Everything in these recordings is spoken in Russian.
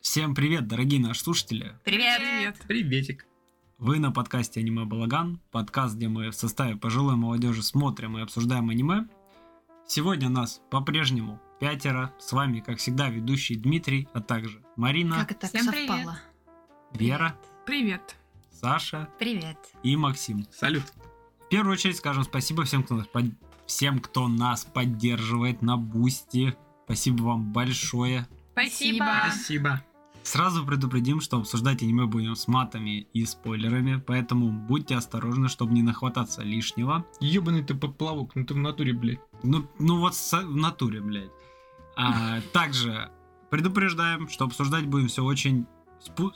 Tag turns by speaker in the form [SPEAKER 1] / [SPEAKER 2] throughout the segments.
[SPEAKER 1] Всем привет, дорогие наши слушатели!
[SPEAKER 2] Привет!
[SPEAKER 3] Приветик.
[SPEAKER 1] Вы на подкасте «Аниме Балаган», подкаст, где мы в составе пожилой молодежи смотрим и обсуждаем аниме. Сегодня нас по-прежнему пятеро, с вами, как всегда, ведущий Дмитрий, а также Марина,
[SPEAKER 4] Как это
[SPEAKER 2] Всем
[SPEAKER 4] совпало?
[SPEAKER 1] Вера,
[SPEAKER 2] Привет.
[SPEAKER 1] Саша
[SPEAKER 4] Привет.
[SPEAKER 1] и Максим.
[SPEAKER 3] Салют.
[SPEAKER 1] В первую очередь скажем спасибо всем, кто нас, под- всем, кто нас поддерживает на Бусти. Спасибо вам большое.
[SPEAKER 2] Спасибо.
[SPEAKER 3] Спасибо.
[SPEAKER 1] Сразу предупредим, что обсуждать аниме будем с матами и спойлерами, поэтому будьте осторожны, чтобы не нахвататься лишнего.
[SPEAKER 3] Ёбаный ты поплавок, ну ты в натуре, блядь.
[SPEAKER 1] Ну, ну вот с- в натуре, блядь. А, также предупреждаем, что обсуждать будем все очень спу...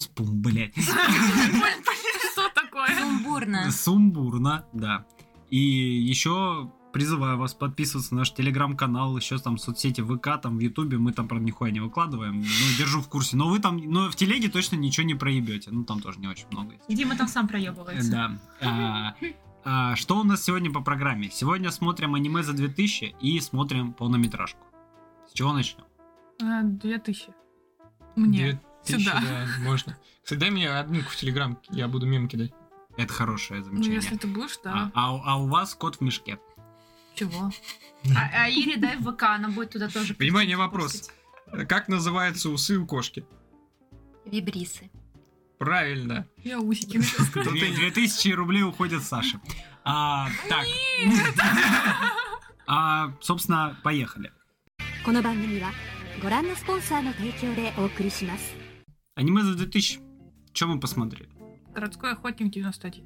[SPEAKER 1] спу- блядь.
[SPEAKER 2] Что такое?
[SPEAKER 4] Сумбурно.
[SPEAKER 1] Сумбурно, да. И еще призываю вас подписываться на наш телеграм-канал, еще там соцсети ВК, там в Ютубе, мы там, правда, нихуя не выкладываем, ну, держу в курсе, но вы там, но в телеге точно ничего не проебете, ну, там тоже не очень много. есть.
[SPEAKER 2] Дима там сам
[SPEAKER 1] Э,
[SPEAKER 2] проебывается.
[SPEAKER 1] Да. А, а, Что у нас сегодня по программе? Сегодня смотрим аниме за 2000 и смотрим полнометражку. С чего начнем?
[SPEAKER 2] Э, Две тысячи. Мне.
[SPEAKER 3] Две тысячи,
[SPEAKER 2] сюда.
[SPEAKER 3] да, можно. Кстати, дай мне админку в Телеграм, я буду мем кидать.
[SPEAKER 1] Это хорошее
[SPEAKER 2] Ну,
[SPEAKER 1] замечание.
[SPEAKER 2] если ты будешь,
[SPEAKER 1] А,
[SPEAKER 2] да.
[SPEAKER 1] а у- а у вас кот в мешке.
[SPEAKER 4] Чего?
[SPEAKER 5] А, а Ире дай в ВК, она будет туда тоже.
[SPEAKER 3] Внимание, вопрос. Как называются усы у кошки?
[SPEAKER 4] Вибрисы.
[SPEAKER 3] Правильно.
[SPEAKER 2] Я усики начала скрывать.
[SPEAKER 3] Тут
[SPEAKER 1] Две
[SPEAKER 3] и-
[SPEAKER 1] две тысячи рублей уходят Саше. А, так. А, собственно, поехали.
[SPEAKER 6] この番組はご覧のスポンサーの提供でお送りします。
[SPEAKER 1] Аниме за 2000. Чем мы посмотрели?
[SPEAKER 2] Городской охотник 91.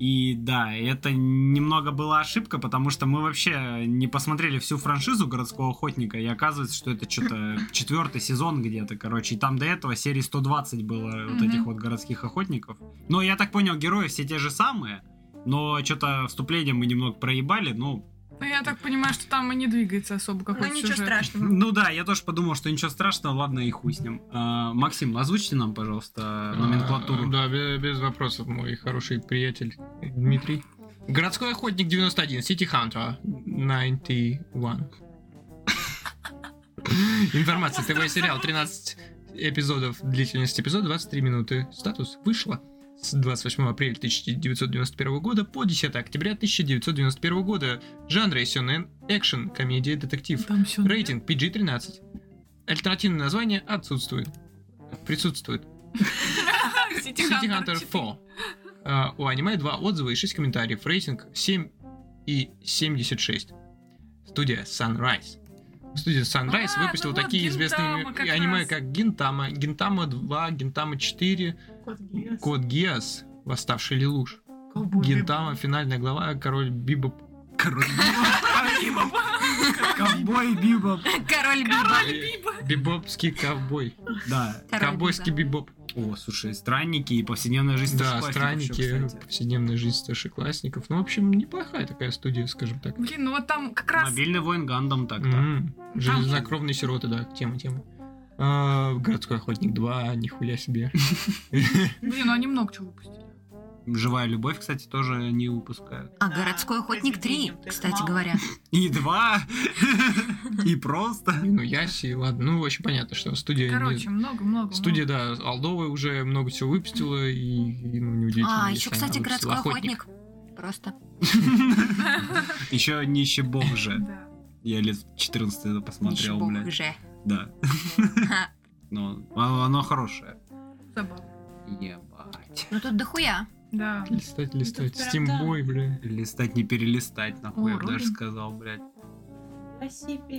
[SPEAKER 1] И да, это немного была ошибка, потому что мы вообще не посмотрели всю франшизу городского охотника, и оказывается, что это что-то четвертый сезон где-то, короче. И там до этого серии 120 было вот
[SPEAKER 2] Мгм.
[SPEAKER 1] этих вот городских охотников. Но я так понял, герои все те же самые, но что-то вступление мы немного проебали, ну,
[SPEAKER 2] Ну, я так понимаю, что там и не двигается особо
[SPEAKER 5] Ну
[SPEAKER 2] какой-то
[SPEAKER 5] ничего
[SPEAKER 2] сюжет.
[SPEAKER 5] страшного.
[SPEAKER 1] ну да, я тоже подумал, что ничего страшного, ладно, и хуй с ним. А, Максим, озвучьте нам, пожалуйста, номенклатуру.
[SPEAKER 3] А, Да, бе- без вопросов, мой хороший приятель Дмитрий. Городской охотник 91, City Hunter 91. Информация, ТВ сериал, 13 эпизодов, длительность эпизода 23 минуты. Статус вышло с 28 апреля 1991 года по 10 октября 1991 года. Жанры сёнэн, экшен, комедия, детектив.
[SPEAKER 2] Там все.
[SPEAKER 3] Рейтинг PG-13. Альтернативное название отсутствует. Присутствует. City Hunter
[SPEAKER 2] типа,
[SPEAKER 3] 4. Э, У аниме 2 отзыва и 6 комментариев. Рейтинг 7 и 76. Студия Sunrise. Студия Sunrise
[SPEAKER 2] А,
[SPEAKER 3] выпустила
[SPEAKER 2] ну вот
[SPEAKER 3] такие
[SPEAKER 2] Гинтама
[SPEAKER 3] известные
[SPEAKER 2] как
[SPEAKER 3] аниме,
[SPEAKER 2] раз.
[SPEAKER 3] как Гинтама, Гинтама 2, Гинтама 4, Код Гиас, Восставший Лелуш, Гинтама, финальная глава, Король Бибоп.
[SPEAKER 1] Король Ковбой Бибоп.
[SPEAKER 4] Король Биба.
[SPEAKER 3] Бибопский ковбой.
[SPEAKER 1] Да.
[SPEAKER 4] Король
[SPEAKER 3] Ковбойский бибоп.
[SPEAKER 1] О, слушай, странники и повседневная жизнь
[SPEAKER 3] Да,
[SPEAKER 1] старшеклассников
[SPEAKER 3] странники,
[SPEAKER 1] ещё, кстати.
[SPEAKER 3] повседневная жизнь старшеклассников. Ну, в общем, неплохая такая студия, скажем так.
[SPEAKER 2] Блин, ну вот там как раз...
[SPEAKER 1] Мобильный воин Гандам так да.
[SPEAKER 3] М, Железнокровные сироты, да, тема, тема. А, Городской охотник 2, нихуя себе.
[SPEAKER 2] Блин, ну они много чего выпустили.
[SPEAKER 1] Живая любовь, кстати, тоже не выпускают.
[SPEAKER 4] А городской охотник 3, кстати говоря.
[SPEAKER 1] И два, и просто.
[SPEAKER 3] Ну, Яси, ладно, ну, очень понятно, что студия... не-
[SPEAKER 2] Короче, много-много.
[SPEAKER 3] Студия, да, Алдовая уже много всего выпустила, и, и, ну, неудивительно.
[SPEAKER 4] А, еще,
[SPEAKER 3] если она
[SPEAKER 4] кстати,
[SPEAKER 3] выпустила
[SPEAKER 4] городской охотник. Просто.
[SPEAKER 1] Еще нищебог же.
[SPEAKER 2] Да.
[SPEAKER 1] Я лет 14 это посмотрел,
[SPEAKER 4] Ничего
[SPEAKER 1] блядь.
[SPEAKER 4] уже.
[SPEAKER 1] Да.
[SPEAKER 4] Ха,
[SPEAKER 1] Но оно оно хорошее.
[SPEAKER 2] Забавно.
[SPEAKER 1] Ебать.
[SPEAKER 4] Ну тут дохуя.
[SPEAKER 2] Да.
[SPEAKER 3] Листать, листать.
[SPEAKER 2] Это
[SPEAKER 3] Steam
[SPEAKER 2] правда.
[SPEAKER 3] Boy, бля.
[SPEAKER 1] Листать не перелистать, нахуй, я
[SPEAKER 2] О,
[SPEAKER 1] бы даже
[SPEAKER 2] Робин.
[SPEAKER 1] сказал, блядь.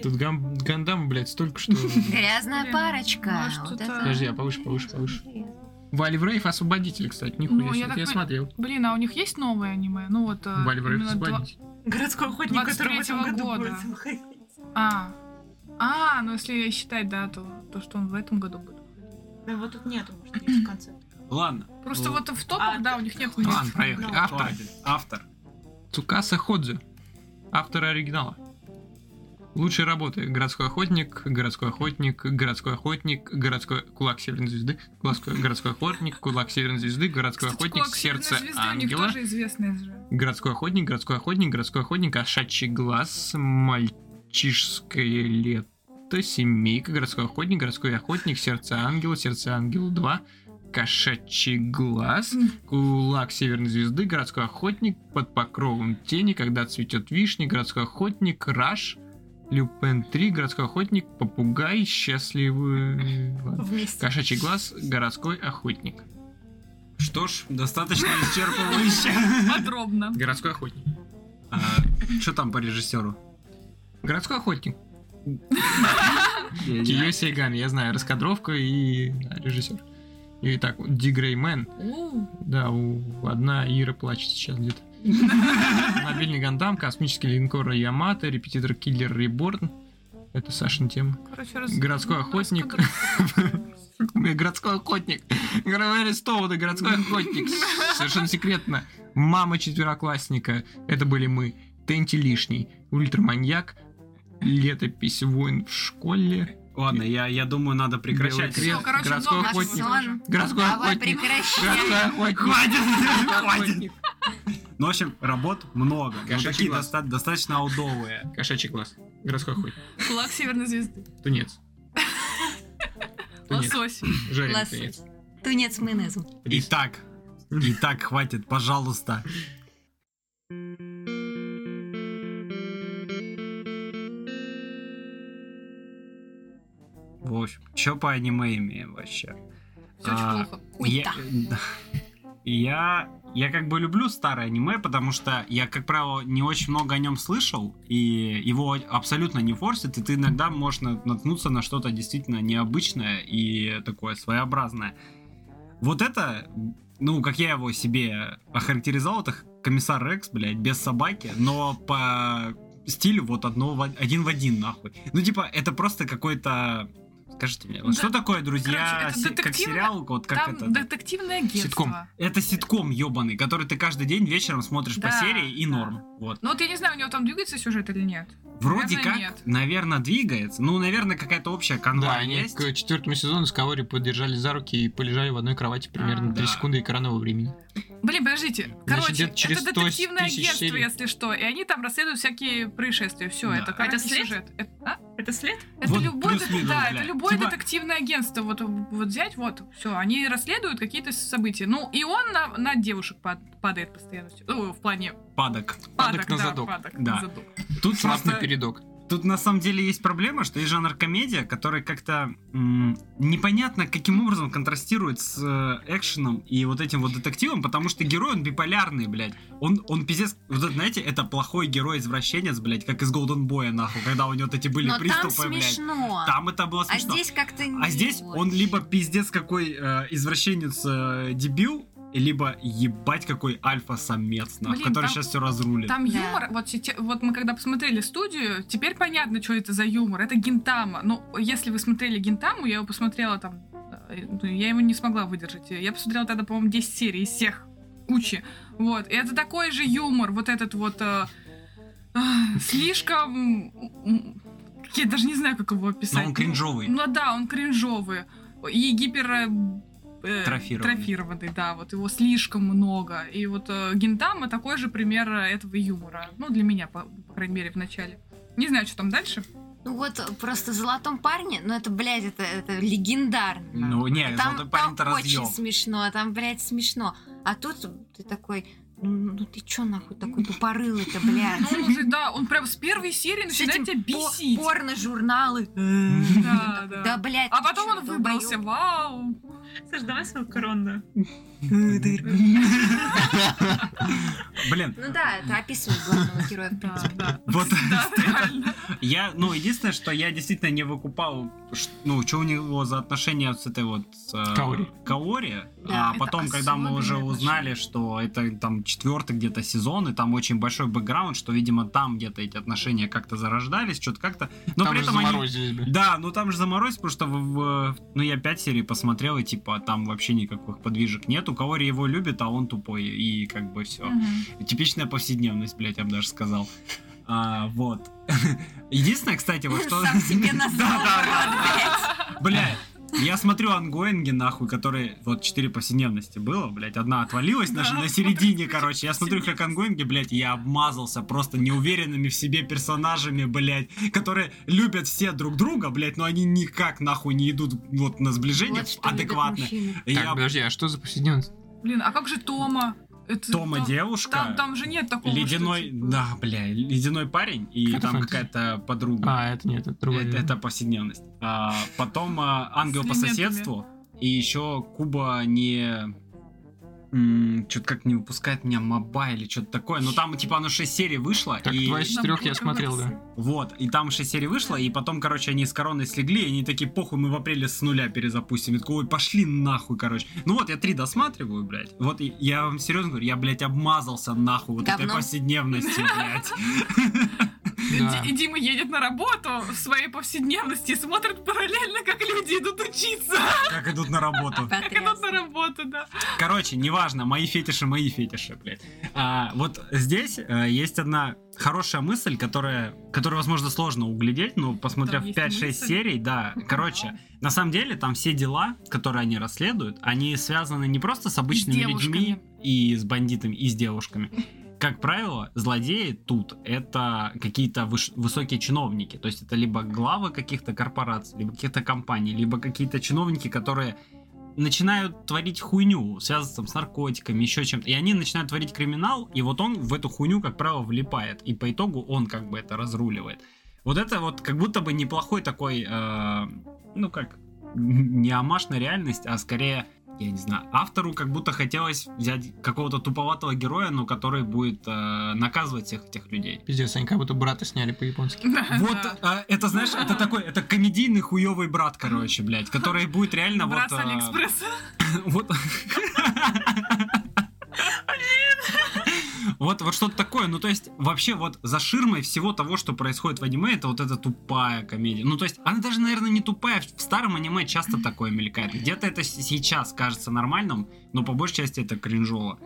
[SPEAKER 3] Тут гам- гандам, блядь, столько, что...
[SPEAKER 4] Грязная
[SPEAKER 2] Блин,
[SPEAKER 4] парочка.
[SPEAKER 2] может,
[SPEAKER 4] Вот
[SPEAKER 2] это-
[SPEAKER 4] это-
[SPEAKER 3] Подожди, а повыше, повыше, повыше. Вали Рейв освободитель, кстати,
[SPEAKER 2] Ну,
[SPEAKER 3] нихуя
[SPEAKER 2] я
[SPEAKER 3] себе.
[SPEAKER 2] так
[SPEAKER 3] Я
[SPEAKER 2] пони-
[SPEAKER 3] смотрел.
[SPEAKER 2] Блин, а у них есть новое аниме? Ну вот... э,
[SPEAKER 3] Вали Рейв
[SPEAKER 2] именно два-
[SPEAKER 3] освободитель.
[SPEAKER 5] Городской охотник, который в этом
[SPEAKER 2] 23-го
[SPEAKER 5] году
[SPEAKER 2] года.
[SPEAKER 5] будет выходить.
[SPEAKER 2] А. А, ну если считать, да, то то, что он в этом году будет.
[SPEAKER 5] Да его тут нету, может, есть концепт.
[SPEAKER 1] Ладно.
[SPEAKER 2] Просто
[SPEAKER 1] Ну,
[SPEAKER 2] вот в топах,
[SPEAKER 5] А,
[SPEAKER 2] да, у них нет
[SPEAKER 3] Ладно, проехали.
[SPEAKER 5] Ну,
[SPEAKER 3] Автор.
[SPEAKER 1] хватит. Автор.
[SPEAKER 3] Цукаса Ходзю, автора оригинала. Лучшие работы. Городской охотник, городской охотник, городской охотник, городской кулак северной звезды, городской, городской охотник, кулак северной звезды, городской
[SPEAKER 2] Кстати,
[SPEAKER 3] охотник,
[SPEAKER 2] «Кулак северной
[SPEAKER 3] сердце
[SPEAKER 2] звезды» у них
[SPEAKER 3] ангела,
[SPEAKER 2] тоже известная же.
[SPEAKER 3] городской охотник, городской охотник, городской охотник, кошачий глаз, мальчишское лето, семейка, городской охотник, городской охотник, сердце ангела, сердце ангела 2, кошачий глаз, кулак северной звезды, городской охотник, под покровом тени, когда цветет вишня, городской охотник, раш, Люпен 3, городской охотник, попугай, счастливый... ладно.
[SPEAKER 5] Вместе.
[SPEAKER 3] Кошачий глаз, городской охотник.
[SPEAKER 1] Что ж, достаточно исчерпывающе. А,
[SPEAKER 2] Подробно.
[SPEAKER 3] Городской охотник.
[SPEAKER 1] Что там по режиссеру?
[SPEAKER 3] Городской охотник. Кио Сейгами, я знаю, раскадровка и режиссер. И так, Ди Греймен,
[SPEAKER 2] У,
[SPEAKER 3] да, у одна Ира плачет сейчас где-то. Мобильный Гандам, космический линкор Ямато, репетитор Киллер Реборн. Это Сашин тема.
[SPEAKER 2] Короче, раз...
[SPEAKER 3] Городской охотник. Городской охотник. Городой арестованный, городской охотник. Совершенно секретно. Мама четвероклассника. Это были мы. Тенти лишний. Ультраманьяк. Летопись войн в школе.
[SPEAKER 1] Ладно, я, я думаю, надо прекращать.
[SPEAKER 3] Белый
[SPEAKER 2] Всё, короче,
[SPEAKER 3] городской
[SPEAKER 2] много
[SPEAKER 3] охотник.
[SPEAKER 2] всего.
[SPEAKER 3] Городской
[SPEAKER 4] Давай
[SPEAKER 3] охотник.
[SPEAKER 4] прекращай.
[SPEAKER 3] Городской охотник.
[SPEAKER 1] Хватит!
[SPEAKER 3] Городской
[SPEAKER 1] Хватит!
[SPEAKER 3] охотник.
[SPEAKER 1] Ну, в общем, работ много. Но
[SPEAKER 3] Кошачий
[SPEAKER 1] такие
[SPEAKER 3] глаз.
[SPEAKER 1] доста- достаточно аудовые.
[SPEAKER 3] Кошачий глаз. Городской охотник.
[SPEAKER 2] Кулак северной звезды.
[SPEAKER 3] Тунец. Тунец.
[SPEAKER 2] Лосось.
[SPEAKER 3] Жареный
[SPEAKER 4] Лосось.
[SPEAKER 3] тунец.
[SPEAKER 4] Тунец с майонезом.
[SPEAKER 3] Рис.
[SPEAKER 1] Итак, итак, хватит, пожалуйста. В общем, что по аниме имеем вообще?
[SPEAKER 2] Все
[SPEAKER 1] А,
[SPEAKER 2] очень плохо.
[SPEAKER 1] Я, я, я как бы люблю старое аниме, потому что я, как правило, не очень много о нем слышал, и его абсолютно не форсит, и ты иногда можешь на- наткнуться на что-то действительно необычное и такое своеобразное. Вот это, ну, как я его себе охарактеризовал, это комиссар Рекс, блядь, без собаки, но по стилю вот одно в од- один в один, нахуй. Ну, типа, это просто какой-то... Скажите мне, вот
[SPEAKER 2] Да.
[SPEAKER 1] что такое, друзья,
[SPEAKER 2] Короче, это
[SPEAKER 1] се- как
[SPEAKER 2] детективно-
[SPEAKER 1] сериал, вот как
[SPEAKER 2] Там
[SPEAKER 1] это?
[SPEAKER 2] детективное
[SPEAKER 3] Ситком.
[SPEAKER 2] агентство.
[SPEAKER 1] Это ситком ебаный, который ты каждый день вечером смотришь по
[SPEAKER 2] Да,
[SPEAKER 1] серии и
[SPEAKER 2] да.
[SPEAKER 1] норм. Вот.
[SPEAKER 2] Ну вот я не знаю, у него там двигается сюжет или нет.
[SPEAKER 1] Вроде
[SPEAKER 2] Наверное,
[SPEAKER 1] как,
[SPEAKER 2] нет.
[SPEAKER 1] наверное, двигается. Ну, наверное, какая-то общая канва
[SPEAKER 3] Да, они
[SPEAKER 1] есть.
[SPEAKER 3] к четвертому сезону Скавори поддержали за руки и полежали в одной кровати примерно
[SPEAKER 1] Да.
[SPEAKER 2] А.
[SPEAKER 3] 3
[SPEAKER 1] секунды
[SPEAKER 3] секунды экранного времени.
[SPEAKER 2] Блин, подождите.
[SPEAKER 3] Значит,
[SPEAKER 2] Короче,
[SPEAKER 3] где-то через
[SPEAKER 2] это
[SPEAKER 3] 100
[SPEAKER 2] детективное
[SPEAKER 3] тысяч
[SPEAKER 2] агентство,
[SPEAKER 3] серий.
[SPEAKER 2] если что. И они там расследуют всякие происшествия. Все,
[SPEAKER 1] Да.
[SPEAKER 2] это
[SPEAKER 1] А
[SPEAKER 2] короче
[SPEAKER 5] это след?
[SPEAKER 2] сюжет. Это, а?
[SPEAKER 5] Это след?
[SPEAKER 2] Это
[SPEAKER 1] Вот
[SPEAKER 2] любой,
[SPEAKER 1] плюс
[SPEAKER 2] дет-
[SPEAKER 1] минус,
[SPEAKER 2] да,
[SPEAKER 1] бля.
[SPEAKER 2] это любое
[SPEAKER 1] Типа-
[SPEAKER 2] детективное агентство. Вот, вот взять, вот, все. Они расследуют какие-то события. Ну, и он на, на девушек пад- падает постоянно. Ну, в плане
[SPEAKER 1] Падок.
[SPEAKER 2] падок,
[SPEAKER 3] на
[SPEAKER 2] да,
[SPEAKER 3] задок.
[SPEAKER 2] падок
[SPEAKER 1] Да.
[SPEAKER 2] на задок.
[SPEAKER 1] Тут
[SPEAKER 3] Красный
[SPEAKER 1] просто...
[SPEAKER 3] передок.
[SPEAKER 1] Тут на самом деле есть проблема, что есть жанр комедия, который как-то м, непонятно каким образом контрастирует с э, экшеном и вот этим вот детективом, потому что герой он биполярный, блядь. Он, он пиздец, вот это, знаете, это плохой герой-извращенец, блядь, как из Голден Боя, нахуй, когда у него вот эти были
[SPEAKER 4] Но там
[SPEAKER 1] приступы, блядь.
[SPEAKER 4] смешно.
[SPEAKER 1] Там это было
[SPEAKER 4] А
[SPEAKER 1] смешно.
[SPEAKER 4] здесь как-то
[SPEAKER 1] А здесь он либо пиздец какой э, извращенец э, дебил, либо ебать какой альфа-самец, нахуй,
[SPEAKER 2] Блин,
[SPEAKER 1] который
[SPEAKER 2] там-
[SPEAKER 1] сейчас все разрулит.
[SPEAKER 2] Там
[SPEAKER 4] Да.
[SPEAKER 2] юмор, вот, сетя- вот мы когда посмотрели студию, теперь понятно, что это за юмор. Это гентама. Но если вы смотрели гентаму, я его посмотрела там. э, ну, Я его не смогла выдержать. Я посмотрела тогда, по-моему, 10 серий из всех кучи. Вот. И это такой же юмор, вот этот вот э, э, слишком. м, Я даже не знаю, как его описать.
[SPEAKER 1] Но он кринжовый.
[SPEAKER 2] Ну да, он кринжовый. И гипер... э, э,
[SPEAKER 1] Трофированный.
[SPEAKER 2] трофированный, да, вот его слишком много. И вот э, Гинтама такой же пример э, этого юмора. Ну, для меня, по, по крайней мере, в начале. Не знаю, что там дальше.
[SPEAKER 4] Ну вот просто в «Золотом парне», ну это, блядь, это, это легендарно.
[SPEAKER 1] Ну, не,
[SPEAKER 4] там,
[SPEAKER 1] золотой парень-то
[SPEAKER 4] там очень
[SPEAKER 1] разъем.
[SPEAKER 4] смешно, там, блядь, смешно. А тут ты такой, ну, ну ты чё нахуй такой тупорылый-то, блядь?
[SPEAKER 2] Ну, он уже, да, он прям с первой серии
[SPEAKER 4] С
[SPEAKER 2] начинает
[SPEAKER 4] этим
[SPEAKER 2] тебя
[SPEAKER 4] по-
[SPEAKER 2] бесить.
[SPEAKER 4] Порно-журналы.
[SPEAKER 2] Да, да.
[SPEAKER 4] Да, блядь.
[SPEAKER 2] А
[SPEAKER 4] ты
[SPEAKER 2] потом
[SPEAKER 4] чё,
[SPEAKER 2] он выбрался,
[SPEAKER 4] долбоёб?
[SPEAKER 2] вау.
[SPEAKER 5] Саш, давай свою коронную.
[SPEAKER 1] Блин,
[SPEAKER 4] Ну да, это описывает главного героя, в
[SPEAKER 2] Да,
[SPEAKER 4] принципе.
[SPEAKER 2] да.
[SPEAKER 1] Вот.
[SPEAKER 2] Да, реально.
[SPEAKER 1] я, ну, единственное, что я действительно не выкупал, ш- ну, что у него за отношения с этой вот... с, э,
[SPEAKER 3] Каори.
[SPEAKER 1] Каори. а
[SPEAKER 4] Да,
[SPEAKER 2] это
[SPEAKER 1] потом, когда мы уже
[SPEAKER 2] особенные
[SPEAKER 1] узнали, что это там четвертый где-то сезон, и там очень большой бэкграунд, что, видимо, там где-то эти отношения как-то зарождались, что-то как-то... Но
[SPEAKER 3] Там
[SPEAKER 1] при
[SPEAKER 3] же
[SPEAKER 1] этом они...
[SPEAKER 3] заморозились бы.
[SPEAKER 1] Да, ну там же заморозь, потому что в, в- ну я пять серий посмотрел, и типа там вообще никаких подвижек нет. У кого его любит, а он тупой, и как бы все.
[SPEAKER 2] Мгм.
[SPEAKER 1] Типичная повседневность, блядь, я бы даже сказал. А, вот. Единственное, кстати, вот что...
[SPEAKER 4] Сам себе назвал
[SPEAKER 1] Да, да,
[SPEAKER 4] урод, блядь.
[SPEAKER 1] да. Бля, я смотрю ангоинги, нахуй, которые... Вот четыре повседневности было, блядь. Одна отвалилась на,
[SPEAKER 2] Да,
[SPEAKER 1] на
[SPEAKER 2] смотрю,
[SPEAKER 1] середине,
[SPEAKER 2] четыре
[SPEAKER 1] короче. Я смотрю их как ангоинги, блядь, и я обмазался просто неуверенными в себе персонажами, блядь, которые любят все друг друга, блядь, но они никак, нахуй, не идут вот на сближение
[SPEAKER 4] Вот что любят
[SPEAKER 1] адекватно.
[SPEAKER 4] мужчины.
[SPEAKER 1] И
[SPEAKER 3] Так,
[SPEAKER 1] я...
[SPEAKER 3] подожди, а что за повседневность?
[SPEAKER 2] Блин, а как же Тома? Это
[SPEAKER 1] Тома
[SPEAKER 2] там-
[SPEAKER 1] девушка.
[SPEAKER 2] Там, там же нет такого.
[SPEAKER 1] Ледяной,
[SPEAKER 2] что, типа,
[SPEAKER 1] да, бля, ледяной парень, и
[SPEAKER 3] Это
[SPEAKER 1] там
[SPEAKER 3] фэнтези.
[SPEAKER 1] какая-то подруга.
[SPEAKER 3] А, это нет, это другое.
[SPEAKER 1] Э, это, это повседневность. А, потом а, ангел
[SPEAKER 2] С
[SPEAKER 1] по
[SPEAKER 2] элементами.
[SPEAKER 1] соседству, и еще Куба не... Что-то как не выпускает меня моба или что-то такое. Но там, типа, оно 6 серий вышло.
[SPEAKER 3] Так,
[SPEAKER 1] и...
[SPEAKER 3] два из четырех
[SPEAKER 2] Забыла,
[SPEAKER 3] я смотрел, да.
[SPEAKER 1] Вот, и там 6 серий вышло, и потом, короче, они с короной слегли, и они такие, похуй, мы в апреле с нуля перезапустим. Я такой, ой, пошли нахуй, короче. Ну вот, я три досматриваю, блядь. Вот, и я вам серьезно говорю, я, блядь, обмазался нахуй вот этой
[SPEAKER 4] Говном.
[SPEAKER 1] повседневностью, блядь.
[SPEAKER 3] Да.
[SPEAKER 2] Ди- И Дима едет на работу в своей повседневности и смотрит параллельно, как люди идут учиться.
[SPEAKER 1] Как идут на работу.
[SPEAKER 2] Как идут на работу, да.
[SPEAKER 1] Короче, неважно, мои фетиши, мои фетиши, блядь. А, вот здесь э, есть одна хорошая мысль, которая, которую, возможно, сложно углядеть, но посмотрев
[SPEAKER 2] Там есть
[SPEAKER 1] 5-6
[SPEAKER 2] мысль.
[SPEAKER 1] серий, да, короче, на самом деле там все дела, которые они расследуют, они связаны не просто с обычными
[SPEAKER 2] девушками.
[SPEAKER 1] людьми и с бандитами, и с девушками. Как правило, злодеи тут это какие-то выш- высокие чиновники. То есть это либо главы каких-то корпораций, либо каких-то компаний, либо какие-то чиновники, которые начинают творить хуйню, связываться там с наркотиками, еще чем-то. И они начинают творить криминал, и вот он в эту хуйню, как правило, влипает. И по итогу он как бы это разруливает. Вот это вот как будто бы неплохой такой, э, ну как, не амашная реальность, а скорее, я не знаю, автору как будто хотелось взять какого-то туповатого героя, но который будет э, наказывать всех этих людей.
[SPEAKER 3] Пиздец, они как будто брата сняли по-японски.
[SPEAKER 1] Вот,
[SPEAKER 2] Да.
[SPEAKER 1] э, это знаешь, это такой, это комедийный хуёвый брат, короче, блядь, который будет реально
[SPEAKER 2] Брат
[SPEAKER 1] вот...
[SPEAKER 2] с
[SPEAKER 1] э,
[SPEAKER 2] Алиэкспресса.
[SPEAKER 1] вот. Вот, вот что-то такое. Ну, то есть, вообще, вот за ширмой всего того, что происходит в аниме, это вот эта тупая комедия. Ну, то есть, она даже, наверное, не тупая. В старом аниме часто такое мелькает. Где-то это с- сейчас кажется нормальным, но по большей части это кринжово.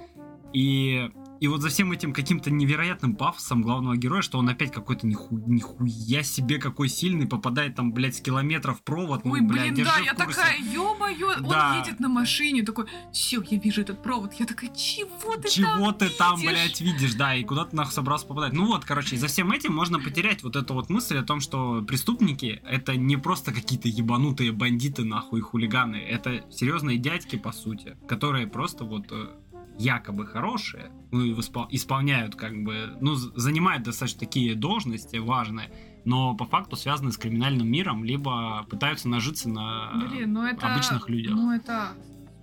[SPEAKER 1] И, и вот за всем этим каким-то невероятным пафосом главного героя, что он опять какой-то ниху, нихуя себе какой сильный, попадает там, блядь, с километров в провод. Ну,
[SPEAKER 2] Ой,
[SPEAKER 1] блядь,
[SPEAKER 2] блин, да,
[SPEAKER 1] держи в
[SPEAKER 2] я
[SPEAKER 1] курсе.
[SPEAKER 2] такая, ё-моё,
[SPEAKER 1] Да.
[SPEAKER 2] он едет на машине, такой, все, я вижу этот провод. Я такая, чего ты
[SPEAKER 1] Чего
[SPEAKER 2] там
[SPEAKER 1] ты там,
[SPEAKER 2] видишь?»
[SPEAKER 1] блядь, видишь, да, и куда ты нахуй собрался попадать. Ну вот, короче, за всем этим можно потерять вот эту вот мысль о том, что преступники это не просто какие-то ебанутые бандиты, нахуй, хулиганы. Это серьезные дядьки, по сути, которые просто вот э, якобы хорошие, ну и воспо- исполняют как бы, ну, з- занимают достаточно такие должности важные, но по факту связаны с криминальным миром, либо пытаются нажиться на...
[SPEAKER 2] Блин, ну это...
[SPEAKER 1] А, обычных людях.
[SPEAKER 2] Ну это,